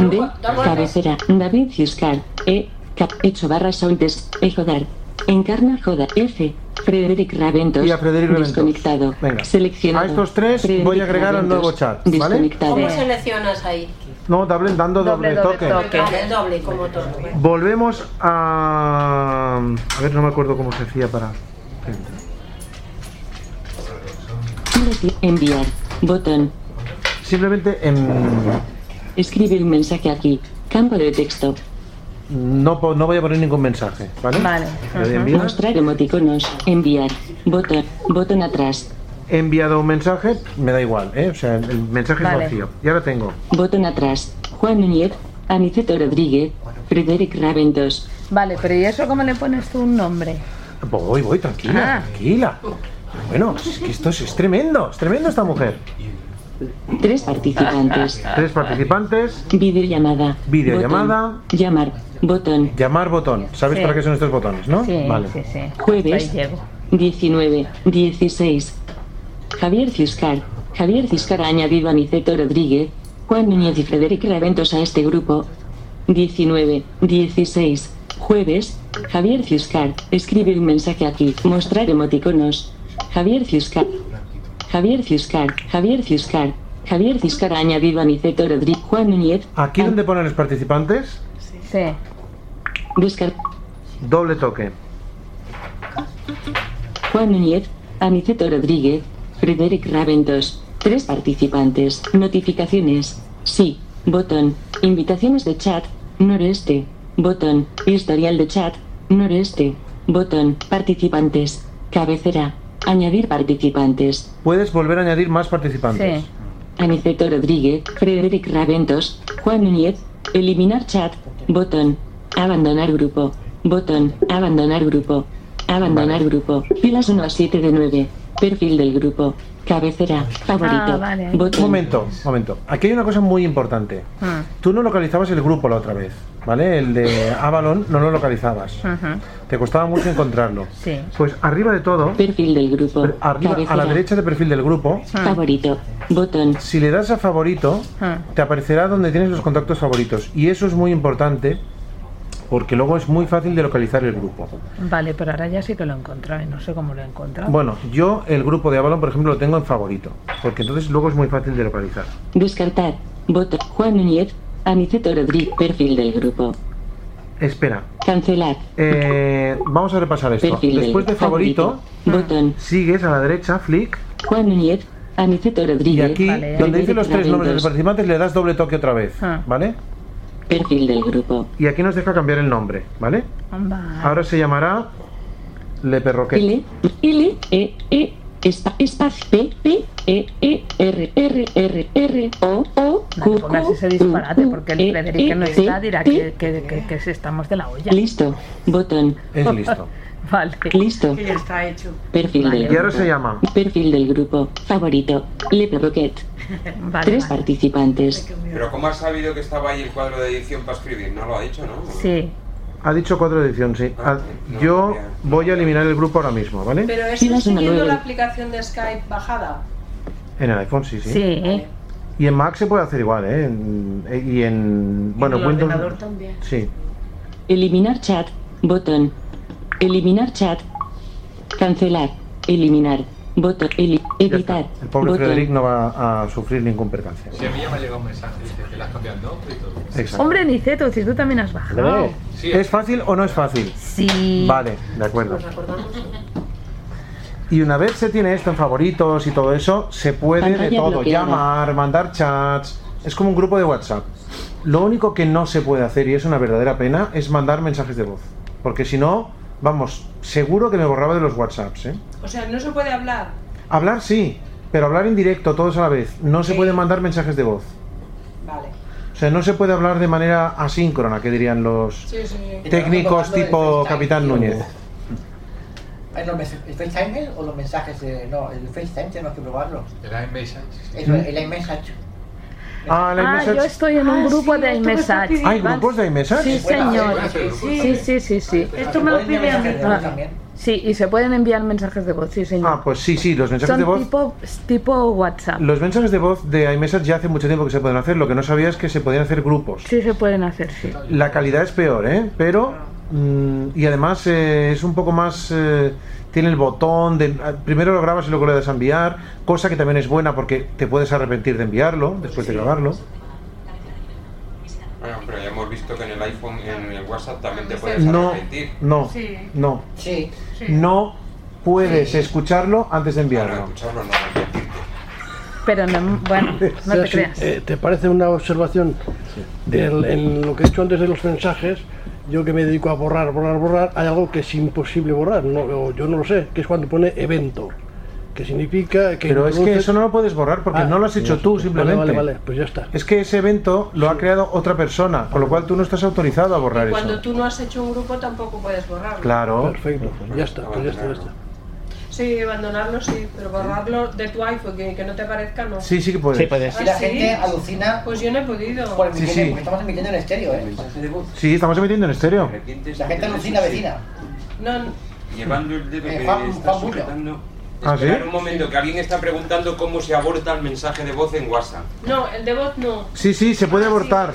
H: D. Cabecera. David Fiscal. E. Cap. Hecho barra soundes. E. Jodar. Encarna Joda. F. Frederick Raventos.
B: Y a Frederick Raventos.
H: Desconectado.
B: Venga.
H: Seleccionado.
B: A estos tres
H: Frederick
B: voy a agregar al
H: Raventos,
B: nuevo chat, ¿vale?
H: Desconectado.
N: ¿Cómo seleccionas ahí?
B: No, doble- dando doble, toque.
N: Vale, doble, como toque.
B: Volvemos a. A ver, no me acuerdo cómo se hacía para.
H: Enviar. Botón.
B: Simplemente
H: Escribe un mensaje aquí. Campo de texto.
B: No, po- no voy a poner ningún mensaje, ¿vale?
H: Vale.
B: Le doy a enviar.
H: Mostrar emoticonos. Enviar. Botón. Botón atrás.
B: He enviado un mensaje, me da igual, ¿eh? O sea, el mensaje
H: Vale.
B: es vacío. Y ahora tengo.
H: Botón atrás. Juan Núñez. Aniceto Rodríguez. Frederick Raventos.
E: Vale, pero ¿y eso cómo le pones tú un nombre?
B: Voy, voy, tranquila,
E: Ah.
B: tranquila. Bueno, es que esto es, es tremendo, es tremendo esta mujer.
H: Tres participantes.
B: Tres participantes.
H: Videollamada.
B: Videollamada.
H: Botón. Llamar. Botón.
B: Llamar botón. ¿Sabes
H: Sí.
B: para qué son estos botones, no?
H: Sí,
B: vale.
H: sí, sí. Jueves.
E: Ahí llego.
H: 19. 16. Javier Ciscar. Javier Ciscar ha añadido a Niceto Rodríguez, Juan Núñez y Frederic Raventos a este grupo. 19. 16. Jueves. Javier Ciscar. Escribe un mensaje aquí. Mostrar emoticonos. Javier Ciscar. Javier Ciscar. Javier Ciscar. Javier Ciscar ha añadido a Niceto Rodríguez, Juan Núñez.
B: Aquí donde ponen los participantes,
E: Sí.
H: Descar
B: doble toque.
H: Juan Núñez, Aniceto Rodríguez, Frederic Raventos, tres participantes, notificaciones, sí, botón, invitaciones de chat, noreste, botón, historial de chat, noreste, botón, participantes, cabecera, añadir participantes,
B: Puedes volver a añadir más participantes.
H: Aniceto Rodríguez, Frederic Raventos, Juan Núñez, eliminar chat, botón, abandonar grupo, botón, abandonar grupo, abandonar grupo, filas 1 a 7 de 9, perfil del grupo, cabecera, favorito,
B: Ah,
E: vale.
H: botón.
B: Momento, momento. Aquí hay una cosa muy importante.
E: Ah,
B: Tú no localizabas el grupo la otra vez, ¿vale? El de Avalon no lo localizabas. Te costaba mucho encontrarlo.
E: Sí.
B: Pues arriba de todo.
H: Perfil del grupo.
B: Arriba, a la
H: Cabecera.
B: derecha de perfil del grupo.
H: Favorito. Botón.
B: Si le das a favorito,
E: Ah.
B: te aparecerá donde tienes los contactos favoritos. Y eso es muy importante porque luego es muy fácil de localizar el grupo.
E: Vale, pero ahora ya sí que lo he encontrado y no sé cómo lo he encontrado.
B: Bueno, yo el grupo de Avalon, por ejemplo, lo tengo en favorito. Porque entonces luego es muy fácil de localizar.
H: Descartar. Botón. Juan Núñez, Aniceto Rodríguez, perfil del grupo.
B: Espera.
H: Cancelar.
B: Eh, vamos a repasar esto.
H: Perfil del
B: Después de favorito,
H: Botón.
B: sigues a la derecha, flick.
H: Juan Núñez, Aniceto
B: Y
H: Rodríguez.
B: aquí, donde dice los tres nombres de los participantes, le das doble toque otra vez.
H: Ah.
B: ¿Vale?
H: Perfil del grupo. Ah.
B: Y aquí nos deja cambiar el nombre, ¿vale?
E: Vale.
B: Ahora se llamará Le Perroquet.
H: L, L, E, E, espa- espacio, P, P, E, E, R, R, R, R, O, O,
E: No
H: Q,
E: te pongas ese disparate porque el Frederic no está dirá que, que, que, que si estamos de la olla.
H: Listo. Botón.
B: Es listo.
E: vale.
H: Listo.
L: Que ya está hecho.
H: Perfil
L: Vale.
H: del
L: Y ahora
H: grupo.
L: se llama.
H: Perfil del grupo. Favorito. Le Perroquet. Tres participantes.
P: Pero ¿cómo has sabido que estaba ahí el cuadro de edición para escribir? No lo ha dicho, ¿no?
E: Sí.
B: Ha dicho cuatro edición, sí. Ha- Yo voy a eliminar el grupo ahora mismo, ¿vale?
D: Pero es
B: Sí, las una
D: siguiendo
B: nueve.
D: la aplicación de Skype bajada.
B: En el iPhone, sí, sí. Y en Mac se puede hacer igual, ¿eh? En- eh, y en. Bueno, Windows.
L: también.
B: Sí.
H: Eliminar chat. Botón. Eliminar chat. Cancelar. Eliminar. Botón. Eli- editar.
B: El pobre
H: botón.
B: Frederick no va a sufrir ningún percance.
P: Si a mí ya me ha llegado un mensaje, dice que la has cambiado el nombre y todo.
B: Exacto.
E: Hombre, Niceto, si tú también has bajado.
B: ¿Es fácil o no es fácil?
E: Sí.
B: Vale, de acuerdo. Y una vez se tiene esto en favoritos y todo eso, se puede de
Q: Pantalla
B: todo,
Q: bloqueada.
B: llamar, mandar chats, es como un grupo de WhatsApp. Lo único que no se puede hacer, y es una verdadera pena, es mandar mensajes de voz. Porque si no, vamos, seguro que me borraba de los WhatsApps. ¿eh?
D: O sea, no se puede hablar.
B: Hablar sí, pero hablar en directo, todos a la vez. No se puede mandar mensajes de voz.
D: Vale.
B: O sea, no se puede hablar de manera asíncrona, que dirían los
D: Sí, sí.
B: técnicos tipo Capitán Núñez.
F: Ay, Eh, no, mes- ¿El FaceTime o los mensajes? de- no, el FaceTime tenemos que probarlo. El iMessage. Eso, el iMessage.
B: Ah, la
E: Ah,
B: iMessage-
E: yo estoy en un
L: Ah,
E: grupo
L: sí,
E: de
L: tú me estás
E: iMessage.
B: ¿Hay grupos de iMessage?
E: Sí, señor. Sí, sí, sí, sí.
L: Esto me lo pide a mí también.
E: Sí, y se pueden enviar mensajes de voz, sí, señor.
B: Ah, pues sí, sí, los mensajes
E: Son
B: de voz.
E: tipo, tipo WhatsApp.
B: Los mensajes de voz de iMessage ya hace mucho tiempo que se pueden hacer, lo que no sabía es que se podían hacer grupos.
E: Sí, se pueden hacer, sí.
B: La calidad es peor, ¿eh? Pero... mm, y además eh, es un poco más... eh, tiene el botón de... ah, Primero lo grabas y luego lo das a enviar, cosa que también es buena porque te puedes arrepentir de enviarlo después de grabarlo.
P: Bueno, pero ya hemos visto que en el iPhone, en el WhatsApp también te puedes
B: No,
P: arrepentir.
B: no, no.
F: Sí.
B: No puedes escucharlo antes de enviarlo.
E: Pero no,
J: [laughs]
E: bueno,
J: O
E: no
J: sea,
E: te
J: si,
E: creas.
J: eh, ¿Te parece una observación? del- en lo que he hecho antes de los mensajes, yo que me dedico a borrar, borrar, borrar, hay algo que es imposible borrar, no, o yo no lo sé, que es cuando pone evento, que significa que...
B: Pero es que
J: introduces-
B: eso no lo puedes borrar porque
J: Ah,
B: no lo has hecho
J: no,
B: tú
J: vale,
B: simplemente.
J: Vale, vale, pues ya está.
B: Es que ese evento lo ha creado otra persona, con lo cual tú no estás autorizado a borrar
D: Cuando
B: eso.
D: tú no has hecho un grupo tampoco puedes borrarlo.
B: Claro.
J: Perfecto, ya está, pues ya está, ya está.
D: Sí, abandonarlo sí, pero borrarlo de tu iPhone, que, que no te parezca, no.
B: Sí, sí que puedes. Sí, puedes.
D: Ah,
F: Y la
D: ¿sí?
F: gente alucina.
D: Pues yo no he podido.
F: Por el
B: Sí,
F: milenio,
B: sí.
F: porque estamos emitiendo en estéreo, ¿eh?
B: Sí, estamos emitiendo en estéreo.
F: La gente alucina, vecina.
D: No,
P: Llevando el dedo
F: Eh,
P: que
F: Juan-
P: está
F: Juan Bullo.
P: sujetando.
B: ¿Ah, sí?
P: Esperar un momento, que alguien está preguntando cómo se aborta el mensaje de voz en WhatsApp.
D: no, el de voz no.
B: Sí, sí, se puede abortar.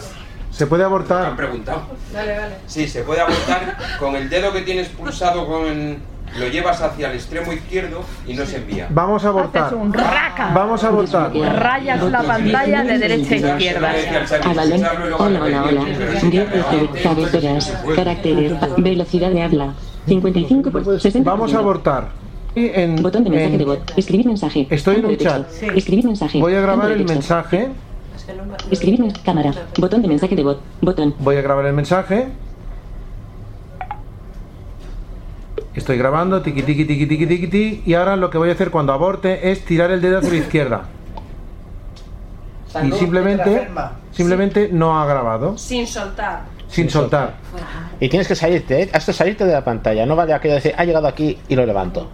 B: Se puede abortar.
P: Preguntado.
D: Vale, vale.
P: Sí, se puede
F: [laughs]
P: abortar con el dedo que tienes pulsado con el- Lo llevas hacia el extremo izquierdo y no se envía.
B: Vamos a abortar.
E: Haces un raca.
B: Vamos a abortar.
E: Rayas la pantalla de derecha a izquierda.
H: Avalón. Hola, hola, hola. 10 caracteres. Caracteres. Velocidad de habla. 55 por 60.
B: Vamos a abortar. Y en-
H: Botón de mensaje
B: en-
H: de voz. Escribir mensaje.
B: Estoy en
H: Campo
B: un
H: de
B: chat.
H: texto. Escribir mensaje.
B: Voy a
H: Campo
B: grabar
H: de
B: el
H: texto.
B: mensaje.
H: Escribir men- cámara. Botón de mensaje de voz. Botón.
B: Voy a grabar el mensaje. Estoy grabando, tiqui tiqui tiqui tiqui tiqui ti, y ahora lo que voy a hacer cuando aborte es tirar el dedo hacia la izquierda. Y
F: Salud,
B: simplemente, simplemente no ha grabado,
D: Sin soltar.
B: sin soltar.
C: Y tienes que salirte, ¿eh? hasta salirte de la pantalla. No vale aquello de decir, ha llegado aquí y lo levanto.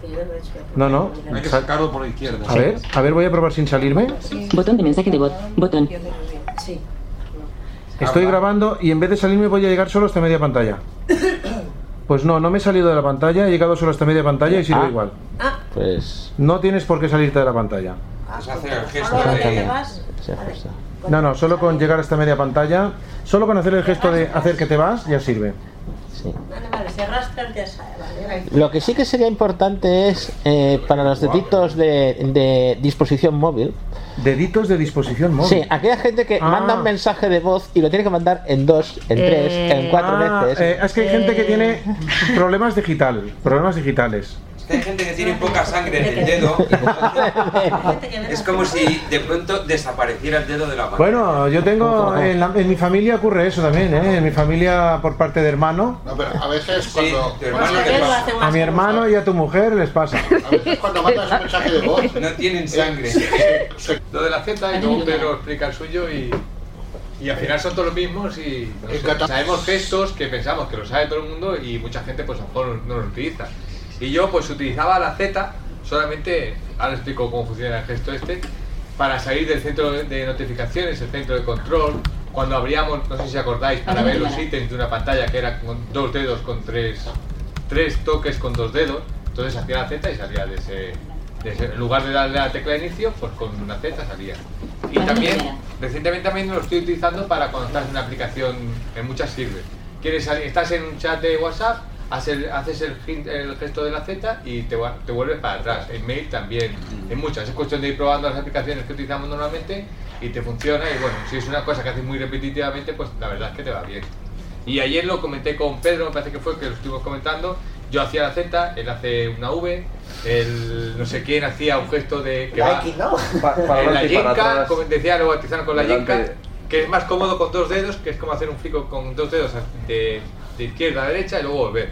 B: No, no.
P: Hay que sacarlo por la izquierda.
B: A ver, a ver, voy a probar sin salirme.
H: Botón de mensaje de voz. Botón.
N: Sí.
B: Estoy grabando y en vez de salirme voy a llegar solo hasta media
C: [coughs]
B: pantalla. Pues no, no me he salido de la pantalla, he llegado solo hasta media pantalla y sigo
C: Ah.
B: igual.
C: Pues.
B: No tienes por qué salirte de la pantalla.
P: Pues hace el
C: Ah,
P: gesto
N: Ah, Ahora que te
P: de...
N: vas,
B: No, no, solo con llegar hasta media pantalla, solo con hacer el gesto de hacer que te vas, ya sirve.
N: vale, vale, se arrastra ya sabe, vale.
C: Lo que sí que sería importante es eh, para los deditos de, de disposición móvil.
B: ¿Deditos de disposición móvil?
C: Sí, aquella gente que
B: Ah.
C: manda un mensaje de voz y lo tiene que mandar en dos, en
B: Eh.
C: tres, en cuatro
B: Ah,
C: veces.
B: eh, es que hay gente que tiene problemas digital, problemas digitales.
P: Hay gente que tiene poca sangre en el dedo.
C: [laughs]
P: y entonces es como si de pronto desapareciera el dedo de la mano.
B: Bueno, yo tengo en, la- en mi familia ocurre eso también, ¿eh? En mi familia por parte de hermano,
K: No, pero a veces cuando.
B: a mi hermano y a tu mujer les pasa.
K: cuando mandas un mensaje de voz.
P: No tienen sangre.
R: Lo de la Z y luego te lo explica el suyo y, y al final son todos los mismos y no sé, sabemos gestos que pensamos que lo sabe todo el mundo y mucha gente pues a lo mejor no los utiliza. Y yo pues utilizaba la Z solamente, ahora explico cómo funciona el gesto este, para salir del centro de notificaciones, el centro de control, cuando abríamos, no sé si acordáis, para ver los ítems de una pantalla que era con dos dedos con tres, tres toques con dos dedos, entonces hacía la Z y salía de ese, de ese- En lugar de darle a la tecla de inicio, pues con una Z salía. Y también, recientemente también lo estoy utilizando para cuando estás en una aplicación, en muchas sirve. Quieres salir, estás en un chat de WhatsApp, haces, el- haces el, gin- el gesto de la Z y te, va- te vuelves para atrás. En mail también,
F: Mm.
R: en muchas. Es cuestión de ir probando las aplicaciones que utilizamos normalmente y te funciona. Y bueno, si es una cosa que haces muy repetitivamente, pues la verdad es que te va bien. Y ayer lo comenté con Pedro, me parece que fue que lo estuvimos comentando. Yo hacía la Z, él hace una V, el no sé quién hacía un gesto de que
F: [laughs] La
R: va-
F: X, ¿no?
R: Pa- para
O: adelante
R: la
O: y para
R: yenca,
O: atrás.
R: como decía, lo bautizaron con la
O: Adelante.
R: yenca, que es más cómodo con dos dedos, que es como hacer un flico con dos dedos de, de izquierda a derecha y luego volver.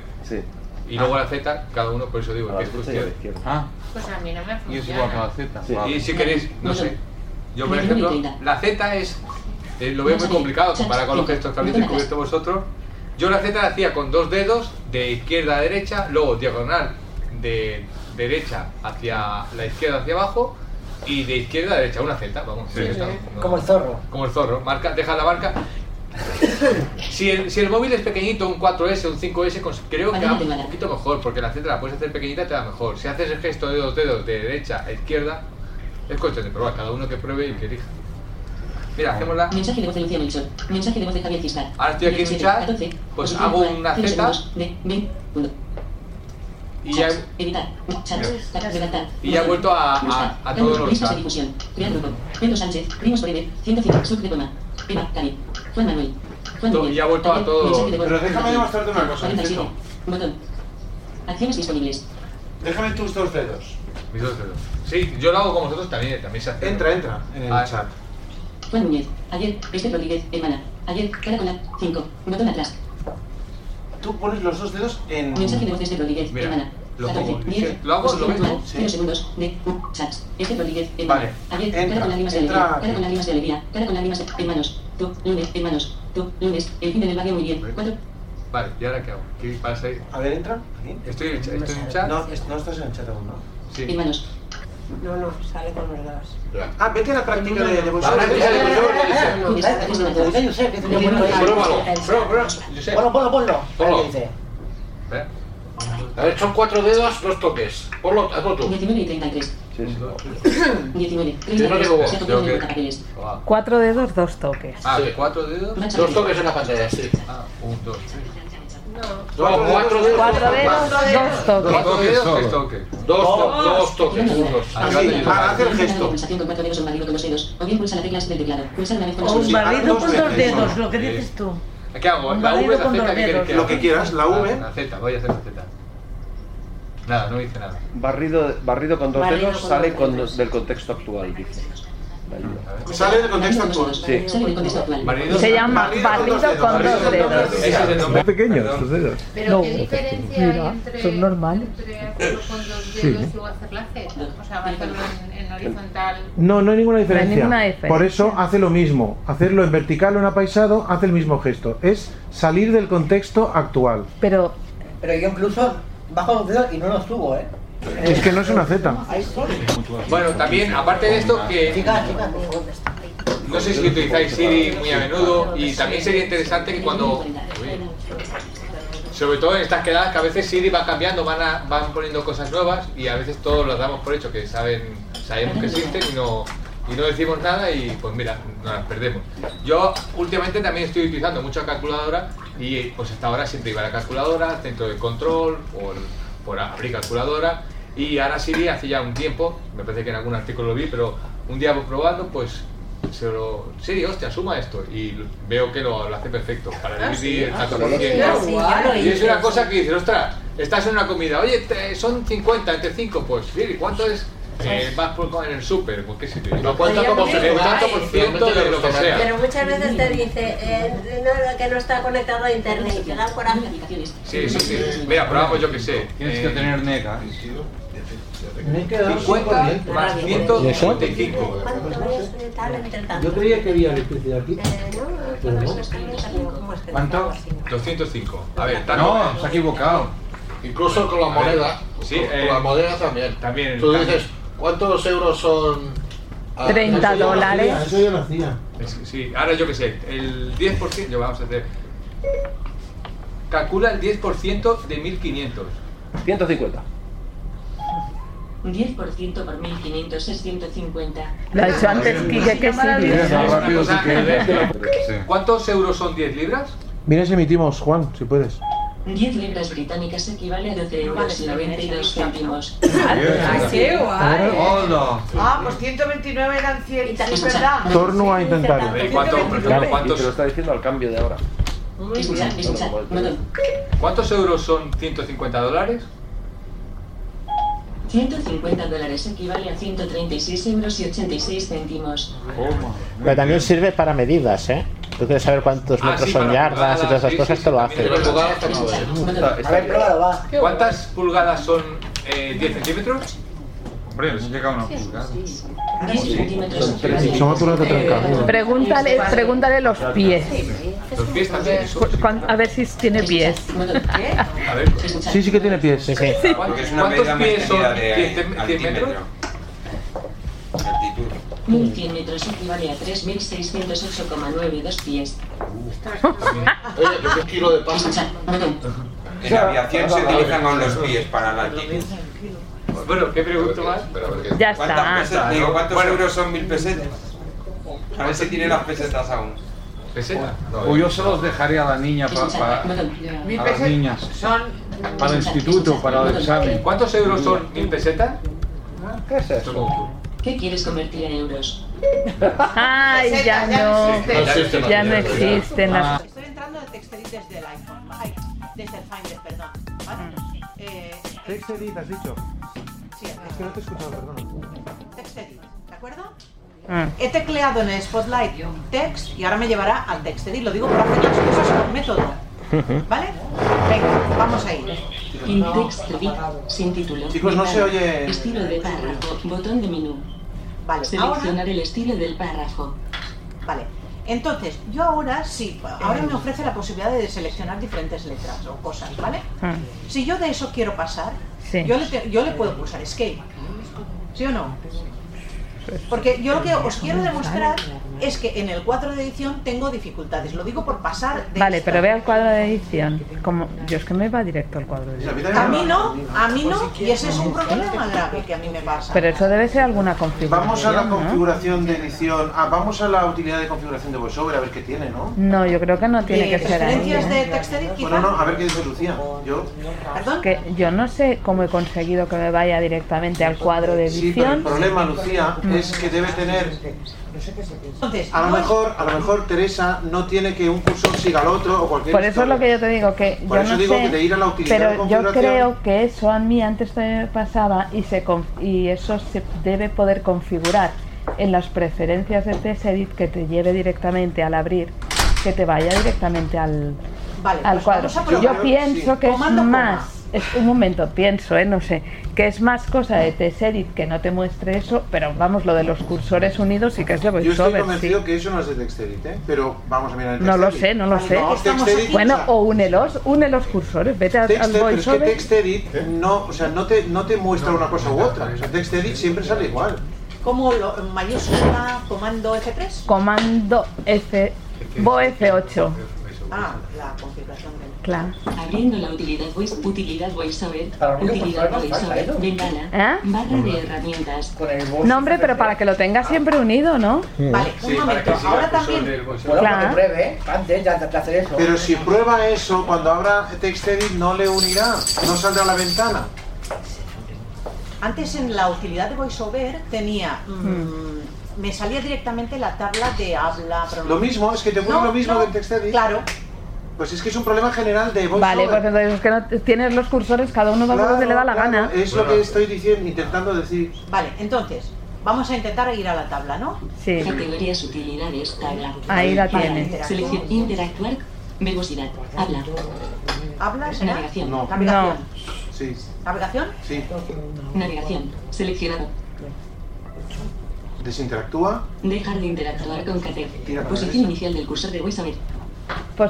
R: Y
O: Ah.
R: luego la Z, cada uno, por eso digo, que es cuestión. Ah,
I: Pues a mí no me
R: y es
I: funciona.
R: igual que la Z.
O: Sí.
R: Y si queréis, no sé. Yo, por ejemplo, la Z es. eh, lo veo muy complicado comparado con los gestos que habéis descubierto vosotros. Yo la Z la hacía con dos dedos, de izquierda a derecha, luego diagonal de derecha hacia la izquierda hacia abajo y de izquierda a derecha, una Z, vamos.
F: Sí,
R: ya está.
F: sí.
R: No.
F: Como el zorro.
R: Como el zorro, marca, deja la marca. Si el, si el móvil es pequeñito, un 4S, un 5S, cons- creo que va un poquito mejor, porque la Z la puedes hacer pequeñita, te da mejor. Si haces el gesto de dos dedos de derecha a izquierda, es cuestión de probar, cada uno que pruebe y que elija. Mira, hacemos la...
H: Mensaje de voz de Lucía Melchor. Mensaje de voz de Javier Ciscar.
R: Ahora estoy aquí en un chat,
H: 17, 14,
R: pues
H: 8,
R: hago
H: 9,
R: una
H: 0
R: zeta.
H: segundos, D, B, 1.
R: Y ya,
H: Editar. Chats. Redactar.
R: y ya he vuelto a, a- a todos los
H: Risas y
R: chats.
H: difusión. Crear grupo. Pedro Sánchez. Rimos Forever. 105. Sub de coma. Eva. Cari. Juan Manuel. Juan
R: To-
H: Miguel.
R: ya he vuelto a
H: Gabriel,
R: todo.
H: mensaje de voz.
R: Pero déjame demostrarte una cosa,
H: 47.
R: Vicento.
H: Botón. Acciones disponibles.
R: Déjame tus dos dedos. Mis dos dedos. Sí, yo lo hago con vosotros también, también se hace. Entra, entra en el chat.
H: Juan Núñez. Ayer. Esther Rodríguez. Hermana. Ayer. Cara con la. 5. Botón atrás.
Q: Tú pones los dos dedos en.
H: Mensaje de voz de Esther Rodríguez.
Q: Mira,
H: Hermana.
Q: lo
H: 14,
Q: pongo.
H: 10,
Q: Lo hago, lo
H: 200,
Q: mismo.
H: cero segundos. De. U. Chats. Esther Rodríguez. Hermana.
Q: Vale.
H: Ayer.
Q: Entra,
H: cara con lágrimas de
Q: entra
H: alegría.
Q: aquí.
H: Cara con lágrimas de alegría. Cara con lágrimas de. Hermanos. Tú. Lunes. Hermanos. Tú. Lunes. El fin en el barrio muy bien. Cuatro.
R: Vale, ¿y ahora qué hago? ¿Qué pasa ahí?
Q: A ver, entra. aquí.
R: Estoy en el chat. Estoy en el chat.
Q: No, es- no estás en el chat aún, ¿no?
R: Sí.
H: Hermanos.
N: No, no, sale con los dedos.
Q: Ah, vete a la práctica de de bolsón.
N: Ahora empieza el bolsón,
Q: Ah,
N: dice.
Q: ah, ah, ah, ah, Josep, que tú
F: Ponlo,
Q: tienes-
F: ponlo, Ponlo, ponlo, ponlo.
Q: Ponlo.
K: A ver, son cuatro dedos, dos toques. Ponlo, hazlo tú.
H: 19 y Mm, 33. 19.
K: Yo no
H: 33.
K: tengo voz,
H: Se ha
K: tengo
H: cogido de
K: que-
H: papeles.
E: Cuatro dedos, dos toques.
K: Ah,
R: ¿de cuatro dedos?
K: Dos toques en la pantalla, sí.
R: Ah, un, dos,
K: No, cuatro dedos.
E: Cuatro dedos, dos toques.
K: Dos toques, tres toques. Dos to- dos toques, uno, dos. Así, ah, haz el gesto.
H: Pulsación con cuatro dedos, un barrido con dos dedos. O bien pulsa la tecla del teclado. Pulsa una vez con
L: O
H: los
L: un
H: dedos.
L: barrido con dos dedos, lo que dices tú.
R: ¿Qué hago?
L: Un
R: ¿La V,
L: barrido
R: la
L: con
R: Z?
L: dos
R: ¿Qué quieres
L: dedos.
R: que
L: Lo
R: haga?
L: que quieras, la
R: Ah,
L: V.
R: La Z, voy a hacer la Z. Nada, no hice nada.
O: Barrido, barrido con dos
R: Barrido
O: dedos
R: con
O: sale
R: dos
O: con- del contexto actual, dice. La ayuda.
Q: Sale del contexto actual.
O: Sí.
H: Sale del contexto actual.
E: Se llama barrido con dos dedos.
B: Muy pequeños tus dedos.
I: Pero
E: No.
I: ¿qué diferencia
E: Mira,
I: hay entre,
E: son normales.
I: entre hacerlo con dos
B: Sí.
I: dedos y hacer la Z? O sea, hacerlo en, en horizontal.
B: No, no hay ninguna diferencia.
I: ninguna diferencia.
B: Por eso hace lo mismo. Hacerlo en vertical o en apaisado hace el mismo gesto. Es salir del contexto actual.
E: Pero
F: Pero yo incluso bajo los dedos y no los subo, ¿eh?
B: Es que no es una Z.
F: Ahí solo.
R: Bueno, también, aparte de esto, que
F: Chicas, chicas, por favor.
R: no sé si utilizáis Siri muy a menudo y también sería interesante que cuando... Uy. Sobre todo en estas quedadas que a veces Siri va cambiando, van, a- van poniendo cosas nuevas y a veces todos las damos por hecho que saben, sabemos que existen y no, y no decimos nada y pues mira, nos las perdemos. Yo últimamente también estoy utilizando mucho la calculadora y pues hasta ahora siempre iba a la calculadora, centro de control, por, por abrir calculadora y ahora Siri hace ya un tiempo, me parece que en algún artículo lo vi, pero un día probando pues se lo, Siri, hostia, suma esto y veo que lo, lo hace perfecto para
K: Ah, sí,
R: dividir
K: ah,
R: tanto
K: sí,
R: por
K: sí,
R: ciento.
K: ah, sí, ya lo
R: Y es
K: hice,
R: una
K: sí.
R: cosa que dices, ostras, estás en una comida, oye, te- son 50 entre 5, pues Siri, ¿cuánto es? Eh, vas por, en el súper, pues qué sé yo. Lo cuenta como el
K: ¿eh?
R: tanto por ciento de lo que sea.
N: Pero muchas veces te dice eh, no, que no está conectado a internet, que da coraje.
R: Sí, sí, sí. Mira, probamos yo que sé. Eh, Tienes que tener nega. 50 más 155.
N: Yo
R: creía que había electricidad aquí.
N: Pero no.
R: 205. A ver,
G: No, se ha equivocado.
K: Incluso con la
R: A ver,
K: moneda.
R: sí,
K: con,
R: eh,
K: con la moneda también.
R: También.
K: Tú
R: también.
K: dices, ¿cuántos euros son
E: Ah, 30 eso yo lo dólares. hacía, eso
R: yo lo hacía. sí, ahora yo qué sé, el 10%, yo vamos a hacer. Calcula el 10% de 1500.
O: 150.
H: Un 10% por 1500 es 150.
E: Lo ha hecho antes Quique que sí.
R: O sea, ¿Cuántos euros son 10 libras?
B: Mira si emitimos, Juan, si puedes.
H: 10 libras británicas equivale a 12 euros y 92 céntimos.
L: qué guay.
R: Hola.
L: Ah, pues 129 eran 100, sí, es verdad.
B: Torno a intentarlo.
R: Eh, ¿cuánto, por ejemplo,
O: Claro,
R: cuántos-
O: y te lo está diciendo al cambio de ahora.
H: Escucha, escucha, Madonna.
R: ¿Cuántos euros son 150 dólares?
H: 150 dólares equivale a 136 euros y 86 céntimos.
B: ah.
C: Pero también sirve para medidas, ¿eh? Tú quieres saber cuántos
R: Ah,
C: metros
R: sí,
C: son
R: para
C: yardas y todas esas cosas, te lo hace.
R: A ver, pruébalo, va.
P: este.
R: ¿Cuántas pulgadas son eh, 10 centímetros? Ah, Hombre, nos llega una pulgada.
H: 10 centímetros.
B: Somos puras de tranca.
E: Eh, Pregúntale, pregúntale los pies.
R: Los pies también.
E: Cu- cuan- A ver si tiene pies. [laughs]
R: A ver.
B: Sí, sí que tiene pies.
R: ¿Cuántos,
P: Porque es una medida
R: pies son
P: más medida de
R: 10 cen- 10
P: altímetro.
R: metros?
H: 1100 metros equivale a 3608,92 pies.
K: Oye, yo un kilo de
H: pasta.
P: En aviación se utilizan con los pies para la altitud. eh,
R: Bueno, ¿qué pregunto más?
E: Ya
P: ¿Cuántas pesetas?
E: ¿eh?
P: Digo,
R: Claro.
P: ¿cuántos euros son mil pesetas? A ver si tiene las pesetas aún.
R: ¿Pesetas? eh.
S: O Pues yo se los dejaré a la niña para,
R: Mil
S: a las
R: pesetas
S: niñas.
R: son-
S: Para el instituto, para el examen.
R: ¿Cuántos euros son mil pesetas?
O: ¿Qué es eso?
H: ¿Qué quieres convertir en euros?
E: Ay, ya no. Ya no existen las.
L: Estoy entrando en Textedit desde el iPhone. Ay, desde el Finder, perdón. ¿Vale? Eh,
B: Texedit, has dicho. Es que no te he escuchado, perdona.
L: Textedit, ¿de acuerdo?
B: Ah.
L: He tecleado en Spotlight text y ahora me llevará al Textedit. Lo digo para hacer las cosas con método. ¿Vale? Venga, vamos ahí.
H: In text to bit, sin título.
L: Chicos, no se oye.
H: Estilo de párrafo, botón de menú.
L: Vale,
H: Seleccionar el estilo del párrafo.
L: Vale. Entonces, yo ahora sí, ahora me ofrece la posibilidad de seleccionar diferentes letras o cosas, ¿vale? Si yo de eso quiero pasar,
E: Ah, Sí.
L: yo, le te- yo le puedo pulsar escape. ¿Sí o no? Porque yo lo que os quiero demostrar es que en el cuadro de edición tengo dificultades. Lo digo por pasar de
E: Vale,
L: esta.
E: pero ve al cuadro de edición. Como, yo es que me va directo al cuadro de edición.
L: A mí no, a mí no, y ese es un problema grave que a mí me pasa.
E: Pero eso debe ser alguna configuración.
Q: Vamos a la
E: ¿no?
Q: configuración de edición. Ah, vamos a la utilidad de configuración de VoiceOver a ver qué tiene, ¿no?
E: No, yo creo que no tiene
Q: Eh,
E: que ser ahí.
L: ¿Referencias de
E: ¿eh?
L: TextEdit quizá?
Q: Bueno, no, a ver qué dice Lucía. Yo.
E: Que yo no sé cómo he conseguido que me vaya directamente al cuadro de
Q: Sí, pero el
E: edición.
Q: problema, Lucía, es que debe tener. A lo mejor, a lo mejor Teresa no tiene que un cursor siga al otro o cualquier.
E: Por eso es
Q: historia.
E: lo que yo te digo, que
Q: Por
E: yo
Q: eso
E: no
Q: digo
E: sé,
Q: que de ir a la utilidad de
E: pero yo
Q: configuración-
E: creo que eso a mí antes también me pasaba y, se conf- y eso se debe poder configurar en las preferencias de TestEdit que te lleve directamente al abrir, que te vaya directamente al,
L: Vale,
E: al
L: pues
E: cuadro.
L: vamos a probar.
E: Yo pienso
L: Sí.
E: que es
L: Comando coma.
E: más, es, un momento, pienso, eh, no sé, que es más cosa de TestEdit que no te muestre eso, pero vamos, lo de los cursores unidos sí que es de
Q: Yo estoy
E: VoiceOver, sí.
Q: convencido que eso no es de TextEdit, ¿eh? Pero vamos a mirar en
E: No lo
Q: TextEdit.
E: sé, no lo sé.
Q: No, TextEdit,
E: bueno,
Q: o sea,
E: o únelos, une los cursores, vete al, al
Q: Textedit, pero es que
E: voiceover.
Q: TextEdit no, o sea, no, te, no te muestra una cosa u otra. O sea, TextEdit siempre sale igual.
L: Como lo, mayúscula, comando F3.
E: Comando F, Bo F8.
L: Ah, la configuración del...
E: Claro.
H: Abriendo la utilidad voice, utilidad voiceover, utilidad
L: pues, no, no,
H: voiceover,
L: no.
H: ventana,
E: ¿Eh?
H: barra de herramientas.
E: No, hombre, pero para que lo tengas siempre unido, ¿no?
L: Vale,
H: un momento,
L: ahora
H: también-
F: Bueno,
E: Claro.
F: que pruebe, ¿eh? antes ya te hacer eso.
Q: Pero si prueba eso, cuando abra TextEdit no le unirá, no saldrá a la ventana.
L: Antes en la utilidad de VoiceOver tenía...
E: Hmm.
L: mm, Me salía directamente la tabla de habla... pronunciación.
Q: Lo mismo, es que te pone
L: No,
Q: lo mismo
L: no,
Q: del TextEdit.
L: Claro.
Q: Pues es que es un problema general de voiceover.
E: Vale, pues entonces es que no tienes los cursores, cada uno va por donde le da la
Q: Claro,
E: gana.
Q: Es lo que estoy diciendo, intentando decir.
L: Vale, entonces, vamos a intentar ir a la tabla, ¿no?
E: Sí.
H: Categorías, utilidades, tabla.
E: Ahí la
H: Para
E: tiene.
H: Selección interactuar, verbosidad, habla.
L: ¿Habla? será?
H: Navegación.
L: Navegación.
Q: Sí.
L: ¿Navegación?
Q: Sí.
H: Navegación. Seleccionado.
Q: Desinteractúa.
H: Dejar de interactuar con Cate.
Q: Tira para
H: Posición
Q: derecha.
H: inicial del cursor de VoiceOver.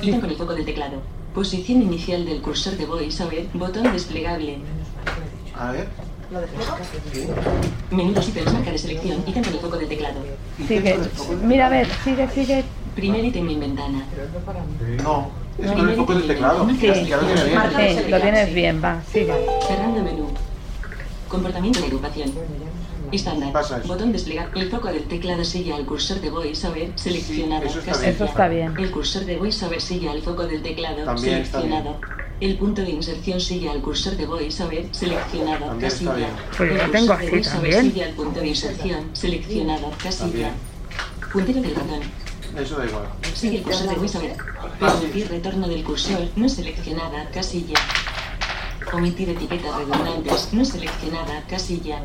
H: Quita con el foco del teclado. Posición inicial del cursor de VoiceOver. Botón desplegable.
Q: A ver.
L: ¿Lo despliego?
H: Menú 2 ítems, marca de selección, ítem del icono del teclado.
E: Sigue. Mira, a ver, sigue, sigue.
H: Primer ítem en ventana.
Q: No, es con el foco del teclado.
E: Sí,
Q: Ya, ya lo tiene bien.
E: sí, lo tienes bien, va, sigue.
H: Cerrando menú. Comportamiento de agrupación. Estándar. Botón desplegar. El foco del teclado sigue al cursor de VoiceOver seleccionado.
E: eso está
H: Casilla.
E: bien. Eso está bien.
H: El cursor de VoiceOver sigue al foco del teclado
Q: También está
H: seleccionado. El punto de inserción sigue al cursor de VoiceOver seleccionado.
Q: También está
H: Casilla.
Q: bien.
H: El
Q: Pues yo lo
H: cursor
Q: tengo
H: de
Q: así
H: VoiceOver
Q: también.
H: sigue al punto de inserción seleccionado. Casilla.
Q: También.
H: Puntero del ratón.
Q: Eso da igual. Pues Ah,
H: Sigue el cursor de VoiceOver. Permitir retorno del cursor no seleccionada, casilla. Omitir etiquetas redundantes no seleccionada, casilla.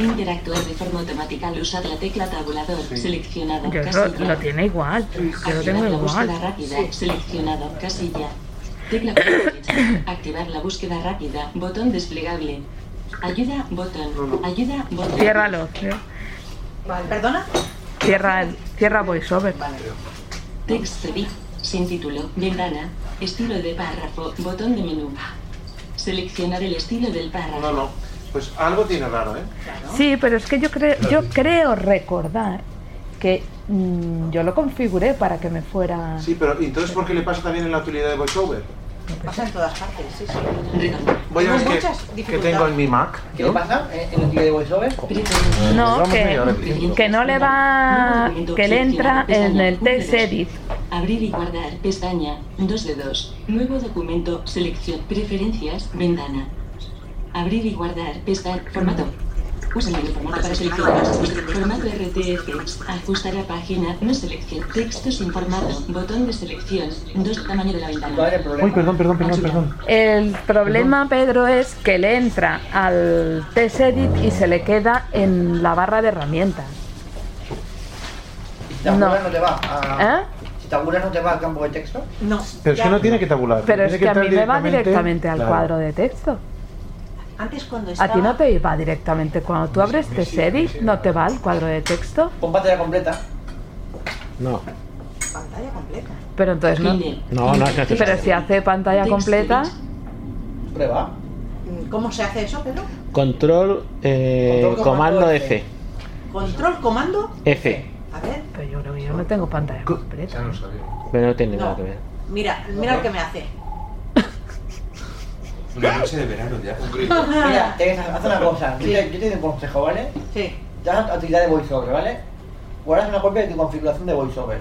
H: Interactuar de forma automática al usar la tecla tabulador seleccionada,
T: Yo
H: casilla.
T: lo, lo tiene igual, yo lo
H: Activar
T: tengo
H: la
T: igual.
H: búsqueda rápida seleccionado, casilla. Tecla con la derecha. Activar la búsqueda rápida, botón desplegable. Ayuda, botón. Ayuda, botón.
E: Ciérralo, ¿eh?
L: Vale. ¿Perdona?
E: cierra, el- cierra VoiceOver.
H: Text edit, sin título, ventana, estilo de párrafo, botón de menú. Seleccionar el estilo del párrafo.
Q: No, no. Pues algo tiene raro, ¿eh?
E: Sí, pero es que yo creo, yo creo recordar que mm, yo lo configuré para que me
L: Ah.
E: fuera.
Q: Sí, pero ¿y entonces por qué le pasa también en la utilidad de VoiceOver?
L: Pasa en todas partes, sí, sí.
Q: Voy a ver
L: Tengo
Q: qué-
L: muchas
Q: qué,
L: dificultades.
Q: tengo en mi Mac.
F: ¿Qué le pasa eh, en la actividad de VoiceOver?
E: No, que, que no le va, que le entra en el text edit.
H: Abrir y guardar, pestaña, 2 de 2, nuevo documento, selección, preferencias, ventana. Abrir y guardar, pestaña, formato. Usa el menú formato para seleccionar. Formato RTF, ajustar a página, no selección, texto sin formato, botón de selección, 2 tamaño de la ventana.
B: Uy, perdón, perdón, perdón, perdón.
E: El problema, Pedro, es que le entra al text edit y se le queda en la barra de herramientas.
F: Si tabulas no. te va a...
E: ¿Eh?
F: Si tabulas no te va al campo de texto.
L: No.
B: Pero es que no tiene que tabular.
E: Pero es
B: tiene
E: que a mí me
B: entrar
E: va directamente al
B: claro.
E: cuadro de texto.
L: Antes cuando
E: A
L: estaba...
E: ti no te va directamente. Cuando tú abres text edit, ¿no te va al cuadro de texto?
F: Pon pantalla completa.
C: No.
L: Pantalla completa.
E: Pero entonces no.
C: No, no es necesario.
E: Pero si hace pantalla
L: Text
E: completa,
F: Prueba.
L: Mm, ¿Cómo se hace eso, Pedro?
C: Control, eh,
L: Control, comando,
C: comando
L: F.
C: F.
L: Control, comando,
C: F.
L: a ver.
E: Pero yo creo que yo no tengo pantalla completa.
C: Pero no tiene
L: No.
C: nada que ver.
L: Mira, mira lo que me hace.
P: Una noche de verano ya.
F: Mira, te- haz una cosa. Yo te, yo te doy un consejo, ¿vale?
L: Sí.
F: Te das a tu actividad de VoiceOver, ¿vale? Guardas una copia de tu configuración de VoiceOver.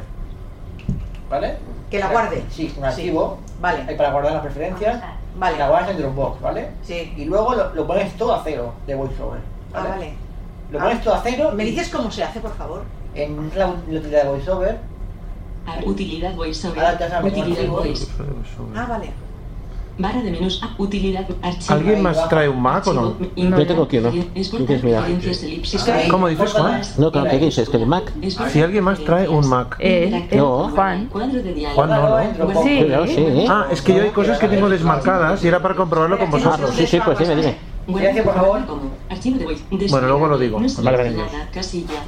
F: ¿Vale?
L: Que la guarde.
F: Sí, un archivo.
L: Vale.
F: Ahí para guardar las preferencias.
L: Vale.
F: La guardas en Dropbox, ¿vale?
L: Sí.
F: Y luego lo, lo pones todo a cero de VoiceOver.
L: Ah, vale. Ah.
F: Lo pones todo a cero.
L: ¿Me
F: y
L: dices cómo se hace, por favor?
F: En la ut- la utilidad de VoiceOver.
H: Ah, Utilidad VoiceOver.
F: Ahora te has abierto
H: Utilidad
F: archivo.
H: voice.
L: Ah, vale.
H: Barra de menús, ah, utilidad, archivo.
B: ¿Alguien más trae un Mac o no?
H: No. Yo tengo
C: aquí uno.
H: Exportar
C: ¿Tú quieres mirar?
H: referencias, elipsis.
B: ¿Cómo dices, Juan?
C: No, claro, ¿qué dices? ¿Que el Mac?
B: Si alguien más trae un
C: No.
B: Mac.
E: Eh, Juan.
H: Cuadro de diálogo.
B: Juan no, ¿no?
E: Sí. Cuidado, sí, ¿eh?
B: Ah, es que yo hay cosas que tengo desmarcadas y era para comprobarlo con vosotros.
C: sí, sí, pues dime, dime.
F: Gracias, por favor.
H: Archivo de voice.
B: Bueno, luego lo digo.
C: Vale, vale.
H: Nada, casilla.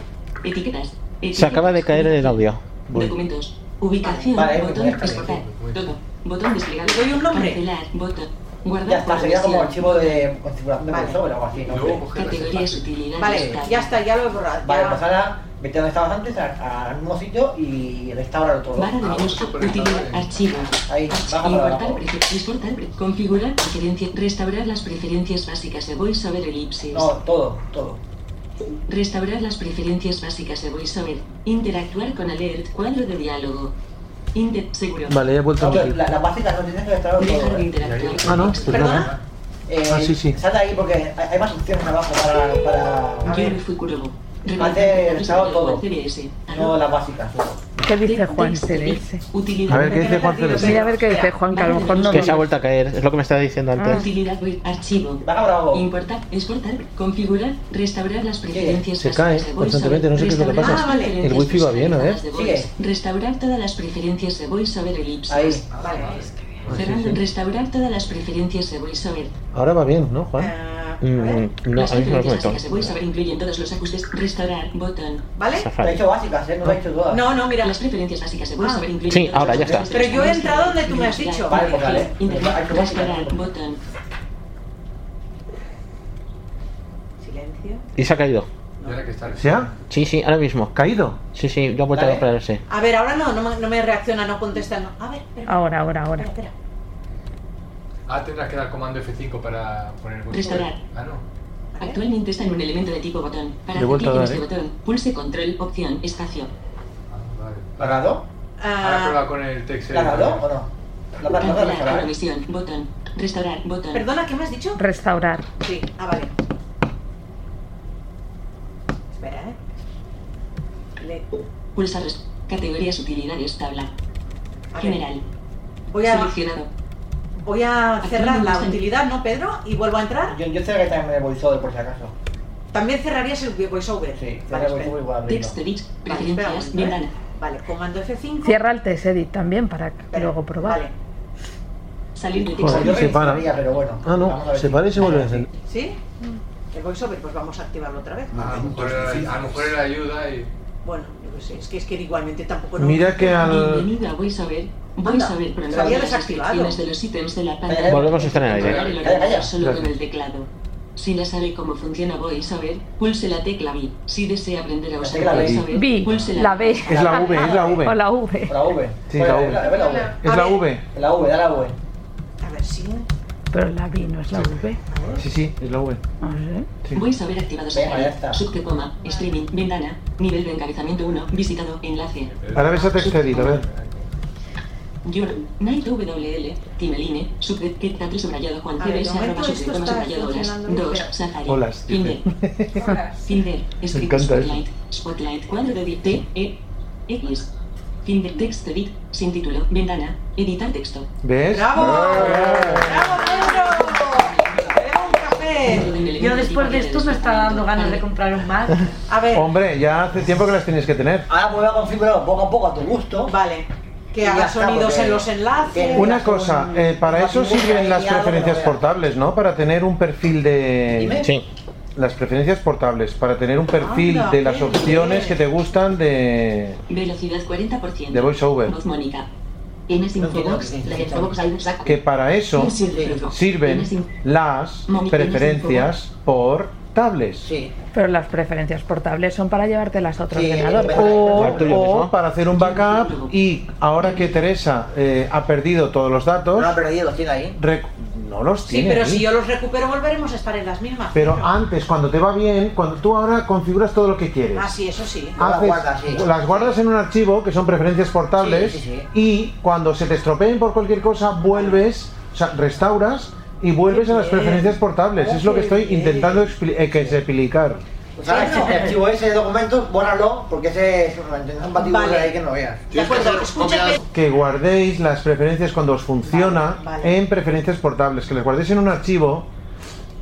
H: Etiquetas.
C: Se acaba de caer el audio.
H: Documentos. Ubicación.
F: Vale,
H: botón
F: vale,
H: exportar. Todo. Botón desplegable.
F: ¿Le doy un nombre?
H: Cancelar. Botón.
F: Ya
H: Guardar
F: está,
H: por
F: sería como
H: versión.
F: archivo de configuración de
H: Vale.
F: VoiceOver o algo así, ¿no?
H: Categorías utilidades.
L: Vale,
H: tal.
L: ya está, ya lo he borrado.
F: Vale,
L: ya.
F: pues ahora vete donde estabas antes, a- al mismo sitio y restauralo todo.
H: Barra de menús, utilidad, archivo.
F: Ahí, baja para
H: Importar,
F: abajo.
H: prefe- exportar, pre- configurar preferencias, restaurar las preferencias básicas de VoiceOver elipsis.
F: No, todo, todo.
H: Restaurar las preferencias básicas de VoiceOver. Interactuar con Alert, cuadro de diálogo. Inter seguro.
B: Vale, ya he vuelto a
F: No, pero
B: abrir.
F: la- Las básicas no tienes que restaurarlo todo. ¿eh?
B: Ah, no, pues nada.
F: Eh,
B: Ah, sí, sí.
F: Sal de ahí porque hay, hay más opciones abajo para... para
H: Yo me fui curvo.
F: Hazte restaurado todo. No las básicas.
E: ¿Qué dice Juan CDS?
H: Utilidad.
C: A ver, ¿qué dice Juan CDS?
E: Mira a ver qué dice Juan, que a lo mejor no
C: Que
E: lo-
C: se ha vuelto a caer, es lo que me estaba diciendo antes.
H: Utilidad web, archivo. Importar, exportar, configurar, restaurar las preferencias
C: Se
H: básicas
C: cae
H: de VoiceOver.
C: constantemente, no sé qué es lo que
H: Restaurar
C: pasa.
H: las
C: El
H: preferencias
C: wifi va bien, a ver.
H: básicas de Voice. Restaurar todas las preferencias de VoiceOver elipsis.
F: Ahí.
L: Vale.
H: Cerrando,
C: Ah, sí.
H: restaurar todas las preferencias de VoiceOver.
B: Ahora va bien, ¿no,
F: Eh,
B: Juan?
C: Mm, no,
H: las
C: a mí me lo
H: preferencias
C: comentó.
H: básicas de VoiceOver incluyen todos los ajustes. Restaurar, botón.
L: ¿Vale?
C: Safari. Lo he hecho
F: básicas, ¿eh? No lo he hecho todas.
L: No, no, mira.
H: Las preferencias básicas de VoiceOver
L: Ah.
H: incluyen
C: Sí,
H: todos
C: ahora,
H: los
C: ya está.
H: ajustes.
L: Pero yo he entrado donde tú me has dicho.
H: Vale, pues
L: Vale.
H: vale. Internet, restaurar, botón.
C: Y se ha caído.
B: ¿Ya?
C: Sí, sí, ahora mismo.
B: ¿Caído?
C: Sí, sí, yo he vuelto a
L: Vale.
C: pararse.
L: A ver, ahora no, no, me- no me reacciona, no contesta. no. A ver, espera.
E: Ahora, ahora, ahora.
L: Espera,
R: Ah, tendrás que dar comando F5 para poner el botón.
H: Restaurar.
R: Ah, no.
H: Actualmente está en un elemento de tipo botón. Para
R: Le he
H: hacer
R: vuelto
H: clic
R: a
H: en
R: dar,
H: este botón, pulse control, opción, espacio.
F: ¿Parado?
R: Ahora
L: Ah.
R: prueba con el texto.
F: ¿Parado o no? ¿Lo vas- lo vas a
H: Cancelar
F: mejorar?
H: la misión, botón. Restaurar, botón.
L: Perdona, ¿qué me has dicho?
E: Restaurar.
L: Sí, ah, vale. espera, ¿eh? Le-
H: Pulsa res- categorías, utilidades, tabla.
L: A ver.
H: General.
L: Voy a-
H: Seleccionado.
L: Voy a cerrar la
H: Actualmente-
L: utilidad, ¿no, Pedro? Y vuelvo a entrar.
F: Yo, yo cerraré también el voiceover por si acaso.
L: También cerrarías el voiceover. Sí,
F: cerré el voiceover y voy a abrirlo.
H: Text edit,
L: Vale,
H: preferencias,
L: espera un momento,
H: ventana.
L: ¿eh? Vale, comando F5.
E: Cierra el test edit también para luego probar.
H: Salir de
L: texto.
B: Joder, Pues se para. Ah, no, se para y se vuelve a encender.
L: ¿Sí? El voiceover, pues vamos a activarlo otra vez.
R: A lo mejor era- a lo mejor era ayuda y.
L: Bueno, yo qué sé, es que, es que igualmente tampoco...
B: Mira que al.
H: Bienvenido a VoiceOver.
L: Anda,
H: VoiceOver
L: se había
H: programa las
L: desactivado.
H: descripciones de los ítems de la
C: Calla,
H: pantalla.
C: Volvemos a estar en el aire.
H: Controlar
C: Calla,
H: ordenador
C: calla.
H: Solo con
C: Gracias.
H: el teclado. Si la sabe cómo funciona VoiceOver, pulse la tecla B. Si desea aprender a usar
E: tecla B.
H: VoiceOver,
E: B,
H: pulse la,
E: la B.
B: Es la V, es la V.
E: O la V.
F: La V.
B: Sí, la V.
F: Ve la V. Ah,
B: Es la V.
F: La V, da la V.
L: A ver si...
E: Pero la B no es la V.
B: Sí, sí, es la V.
H: VoiceOver activado
F: ya
H: separado.
F: está.
H: Subtecoma, streaming, ventana, nivel de encabezamiento 1, visitado, enlace.
B: Ahora ves a textedito, a ver.
H: Your Night WL, Timeline, Subdetecta 3 subrayado Juan
L: A ver,
H: Cebes,
L: de
H: arroba
L: momento esto
H: subdetecoma
L: está
H: subrayado horas,
L: funcionando
H: 2,
L: bien.
H: Safari,
B: Holas,
H: Tinder, Tinder, Script
B: encanta eso.
H: Spotlight, Spotlight, cuadro de edit, T, E, X, Tinder Text Edit, sin título, ventana, editar texto.
B: ¿Ves? Ah.
E: Yo después de esto me está dando ganas de comprar un Mac.
L: A ver,
B: Hombre, ya hace tiempo que las tenías que tener.
F: Ahora voy a configurar poco a poco a tu gusto.
L: Vale.
F: Y
L: que
F: ya
L: haga
F: está,
L: sonidos
F: porque-
L: en los enlaces...
B: Una cosa, eh, para eso sirven las preferencias portables, ¿no? Para tener un perfil de...
L: Dime. Sí.
B: Las preferencias portables, para tener un perfil
H: Anda,
B: de las
H: qué
B: opciones que te gustan de...
H: Velocidad 40%.
B: De voiceover.
H: Voz Mónica. Tienes Infobox, la Infobox hay un saco.
B: Que para eso
H: Sí, sí.
B: sirven las preferencias portables.
E: Pero las preferencias portables son para llevártelas a otro
B: Sí,
E: ordenador.
B: O,
E: O-
B: o para hacer un backup y ahora que Teresa eh, ha perdido todos los datos...
F: No, pero Diego, tiene ahí.
B: rec- No los
L: Sí,
B: tiene.
L: pero
B: ahí.
L: si yo los recupero volveremos a estar en las mismas.
B: Pero antes, cuando te va bien, cuando tú ahora configuras todo lo que quieres.
L: Ah, sí, eso sí.
B: Haces- las guardas en un archivo que son preferencias portables
L: Sí, sí,
B: y cuando se te estropeen por cualquier cosa vuelves, o sea, restauras y vuelves a las preferencias
L: Oh,
B: portables. Es lo que estoy intentando expli- eh, que se explicar.
F: O sea, ese- el archivo ese de documentos, bórralo, porque ese es un batido
L: Vale.
F: ahí que no veas.
B: Que guardéis las preferencias cuando os funciona en preferencias portables, que las guardéis en un archivo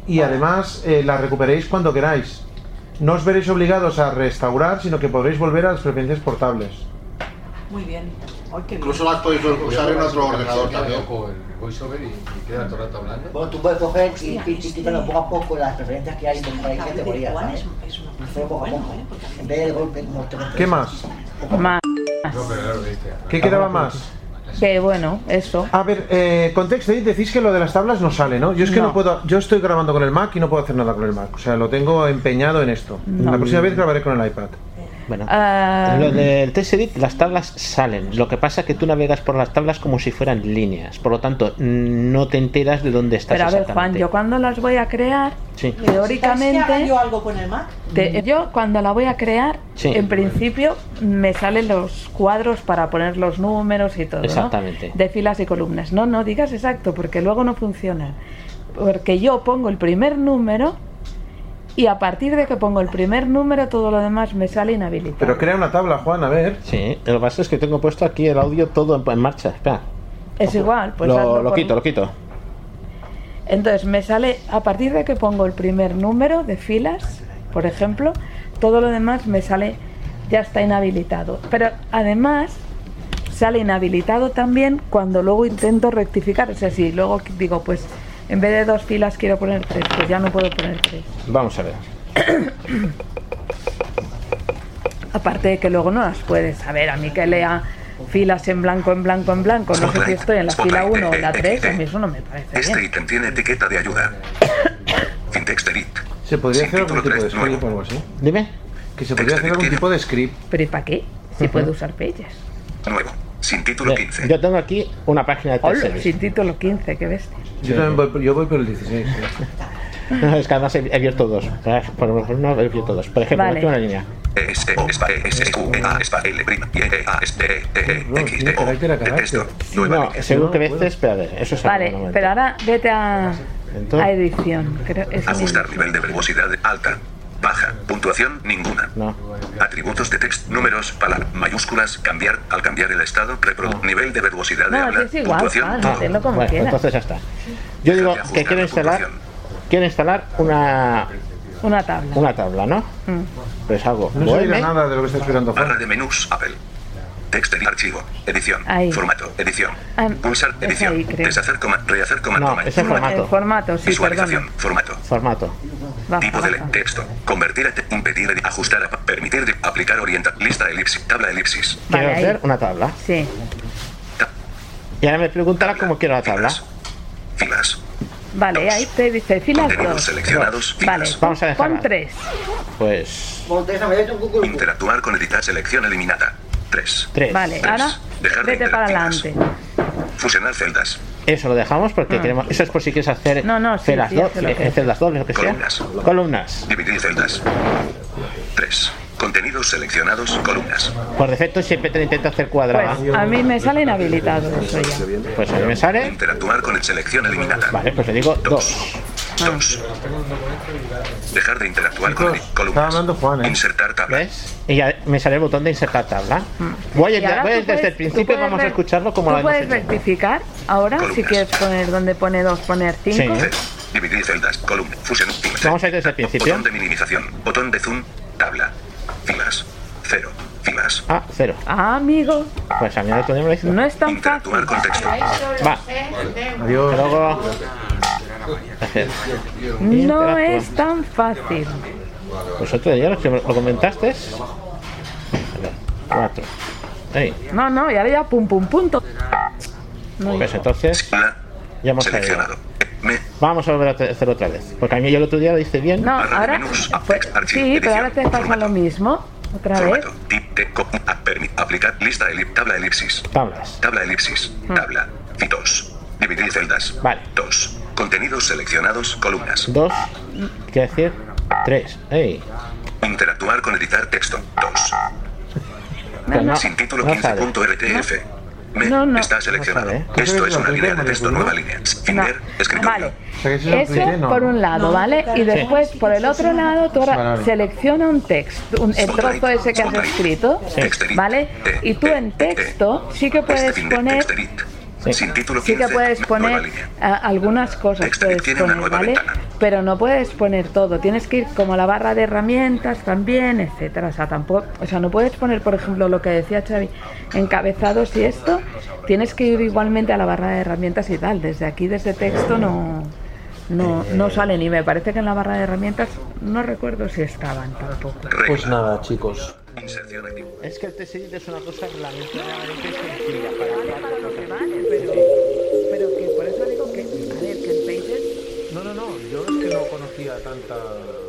B: y además eh, las recuperéis cuando queráis. No os veréis obligados a restaurar, sino que podréis volver a las preferencias portables.
L: Muy bien. Ay, qué bien.
U: Incluso las podéis usar en otro ordenador también.
R: Con el voiceover y, y queda todo el rato hablando.
F: Bueno, tú puedes coger y ir
L: este
R: este
F: quitando poco a poco las preferencias que hay por ahí categorías. ¿sabes? Pero poco a
L: ¿eh?
F: poco. En vez de golpe, como te
B: ¿Qué más?
E: Más.
R: No, pero claro, viste.
B: ¿Qué quedaba más?
E: Que bueno, eso.
B: A ver, eh, contexto, y decís que lo de las tablas no sale, ¿no? Yo es que no.
E: No.
B: puedo, yo estoy grabando con el Mac y no puedo hacer nada con el Mac, o sea, lo tengo empeñado en esto.
C: No.
B: La próxima vez grabaré con el iPad.
C: Bueno.
E: Ah,
C: Lo del test edit, las tablas salen. Lo que pasa es que tú navegas por las tablas como si fueran líneas. Por lo tanto, no te enteras de dónde estás
E: Pero a ver, Juan,
C: exactamente.
E: yo cuando las voy a crear,
C: Sí.
L: ¿Sabes que haga
E: teóricamente,
L: yo algo con el Mac?
E: te- yo cuando la voy a crear,
C: Sí.
E: en principio me salen los cuadros para poner los números y todo. ¿no?
C: Exactamente.
E: De filas y columnas. No, no digas exacto, porque luego no funciona. Porque yo pongo el primer número y a partir de que pongo el primer número, todo lo demás me sale inhabilitado.
B: Pero crea una tabla, Juan, a ver.
C: Sí, lo que pasa es que tengo puesto aquí el audio todo en, en marcha. Espera,
E: Es igual, pues hazlo
C: lo, lo
E: por-
C: quito, lo quito.
E: Entonces me sale, a partir de que pongo el primer número de filas, por ejemplo, todo lo demás me sale, ya está inhabilitado. Pero además sale inhabilitado también cuando luego intento rectificar. O sea, si luego digo, pues en vez de dos filas quiero poner tres, pues ya no puedo poner tres.
C: Vamos a ver.
E: Aparte de que luego no las puedes saber. A mí que lea filas en blanco, en blanco, en blanco, no sé si
V: Spotlight,
E: estoy en la fila
V: Spotlight,
E: 1 o en la
V: eh, eh,
E: 3, a
V: eh.
B: Ah,
E: mí eso no me parece bien.
V: Este ítem tiene etiqueta de ayuda. Fintexterit.
B: Se podría hacer algún tipo de script o algo así.
C: Dime.
B: Que se podría hacer algún tipo de script.
E: ¿Pero y para qué? Si puedo usar pellas.
C: Nuevo. Sin título 15. Yo tengo aquí una página de
E: Hola,
C: terceros.
E: sin título 15, qué bestia.
B: Yo también voy, por- yo voy por el 16.
C: [laughs] No, es que además he, he abierto dos. Eh, Por lo menos he abierto dos. Por ejemplo,
E: Vale.
C: aquí una línea.
V: S E O S S U E A S L prima Y E A S T E T E X T O texto
C: No, según Pues que veces, espérate, eso es
E: Vale,
C: algo, no,
E: pero ahora vete a,
C: Entonces-
E: a edición. Creo, es
V: Ajustar nivel de verbosidad alta, baja, puntuación ninguna.
C: No.
V: Atributos de text, números, palabras, mayúsculas, cambiar, al cambiar el estado, reprodu, nivel de verbosidad de
E: No,
V: habla,
E: es igual,
V: puntuación,
E: Juan,
V: todo.
E: hazlo como
C: Bueno,
E: quieras.
C: Ah, entonces ya está. Yo digo que quiero instalar, quiero instalar una,
E: Una tabla.
C: una tabla, ¿no?
E: Mm.
C: Pues hago.
B: No se
C: voy,
B: oirá
C: me-
B: nada de lo que está explicando Juan.
V: Barra de menús, Apple. Text en archivo, edición,
E: Ahí.
V: formato, edición.
E: Ah,
V: Pulsar,
E: es
V: edición,
E: ahí, creo.
V: deshacer, coma, rehacer, coma,
C: No,
V: coma,
C: ese es
E: El
C: formato.
E: formato, sí,
V: Visualización,
E: perdona.
V: formato.
C: Formato.
E: Baja,
V: Tipo de le-
E: baja.
V: texto. Convertir a te- impedir edi- ajustar a- permitir de- aplicar orientar lista elipsis tabla elipsis.
C: Quiero hacer una tabla.
E: Sí.
C: Y ahora me preguntará cómo quiero la tabla.
V: Filas.
E: Vale, ahí te dice filas
C: Contenidos
E: 2.
V: seleccionados,
E: Vale,
V: filas.
C: Vamos a dejarla.
E: pon 3.
C: Pues
V: Interactuar con editar selección eliminada. 3.
C: tres.
E: Vale, ahora
V: Dejar de
E: vete para adelante.
V: Fusionar celdas.
C: Eso lo dejamos porque queremos. Eso es por si quieres hacer
E: Ah. No, no, sí,
C: celas,
E: sí,
C: do-
E: hazlo,
C: eh,
E: ok.
C: celdas dobles, lo que sea.
V: Columnas.
C: Columnas.
V: Dividir celdas. 3. Contenidos seleccionados columnas.
C: Por defecto siempre te intento hacer cuadrada.
E: Pues a mí me sale inhabilitado eso ya.
C: Pues a mí me sale.
V: Interactuar con el selección eliminada.
C: Vale, pues le digo dos.
E: Ah.
V: Dos. Dejar de interactuar con el columnas. Insertar tabla.
C: Y ya me sale el botón de insertar tabla. Voy, a-
E: Mm. Y ahora
C: voy
E: tú
C: desde
E: puedes-
C: el
E: tú
C: principio y
E: puedes
C: vamos a
E: ver-
C: escucharlo como lo
E: Tú
C: hemos
E: puedes
C: hecho.
E: rectificar ahora si quieres poner donde pone 2, poner 5.
V: Dividir celdas. Columnas. Fusionar. filas.
C: Vamos a ir desde el principio.
V: Botón de minimización. Botón de zoom. Tabla. Filas. 0. Filas.
C: Ah, cero.
E: Ah, amigo.
C: Pues a mí no me lo hizo.
E: No es tan fácil.
V: Interactuar con texto.
C: Va.
B: Adiós.
C: Luego.
E: No es tan fácil.
C: Vosotros ya Pues lo, que me- lo comentaste. Cuatro. Ahí.
E: No, no, y ahora ya pum pum punto. No,
C: Pues entonces. Ya hemos caído. Vamos a volver a hacer otra vez. Porque a mí yo el otro día lo hice bien.
E: no, ahora pues, sí, pero ahora te pasa lo mismo. Otra vez.
V: Formato. Tip de co- a- permi- Aplicar lista elip tabla elipsis.
C: Tablas.
V: Tabla elipsis.
E: Hmm.
V: Tabla. Y dos. Dividir celdas.
C: Vale.
V: Dos. Contenidos seleccionados. Columnas.
C: Dos. Quiero decir. Tres. Ey.
V: Interactuar con editar texto. Dos.
C: Pues no,
V: Sin título
C: no sale.
V: 15.rtf. Me
E: No, no.
V: está seleccionado.
C: No sale. ¿eh? Pues
V: Esto es una línea de texto, nueva línea. Finder, escritorio.
E: Vale.
V: eso es un cliché,
E: Eso
V: ¿no?
E: por un lado,
V: No,
E: ¿vale?
V: claro.
E: Y después, por el otro lado, tú ahora
V: Vale.
E: selecciona un texto, un, el trozo ese que has escrito, ¿vale? Y tú en
V: Este.
E: texto sí que puedes poner,
V: Sin título
E: sí
V: 15.
E: que puedes
V: eh, nueva
E: poner
V: línea.
E: ah, algunas cosas, puedes
V: tiene una
E: poner,
V: nueva
E: ¿vale? Pero no puedes poner todo, tienes que ir como a la barra de herramientas también, etcétera. O sea, tampoco, o sea, no puedes poner, por ejemplo, lo que decía Xavi, encabezados y esto, tienes que ir igualmente a la barra de herramientas y tal. Desde aquí, desde texto, no, no,
V: Eh,
E: no sale ni me parece que en la barra de herramientas no recuerdo si estaban tampoco.
B: Pues nada, chicos.
C: Es que el TSI es una cosa relativamente
E: Pero que por eso digo que, a ver, que el Pages
B: No, no, no. Yo es que no conocía tanta.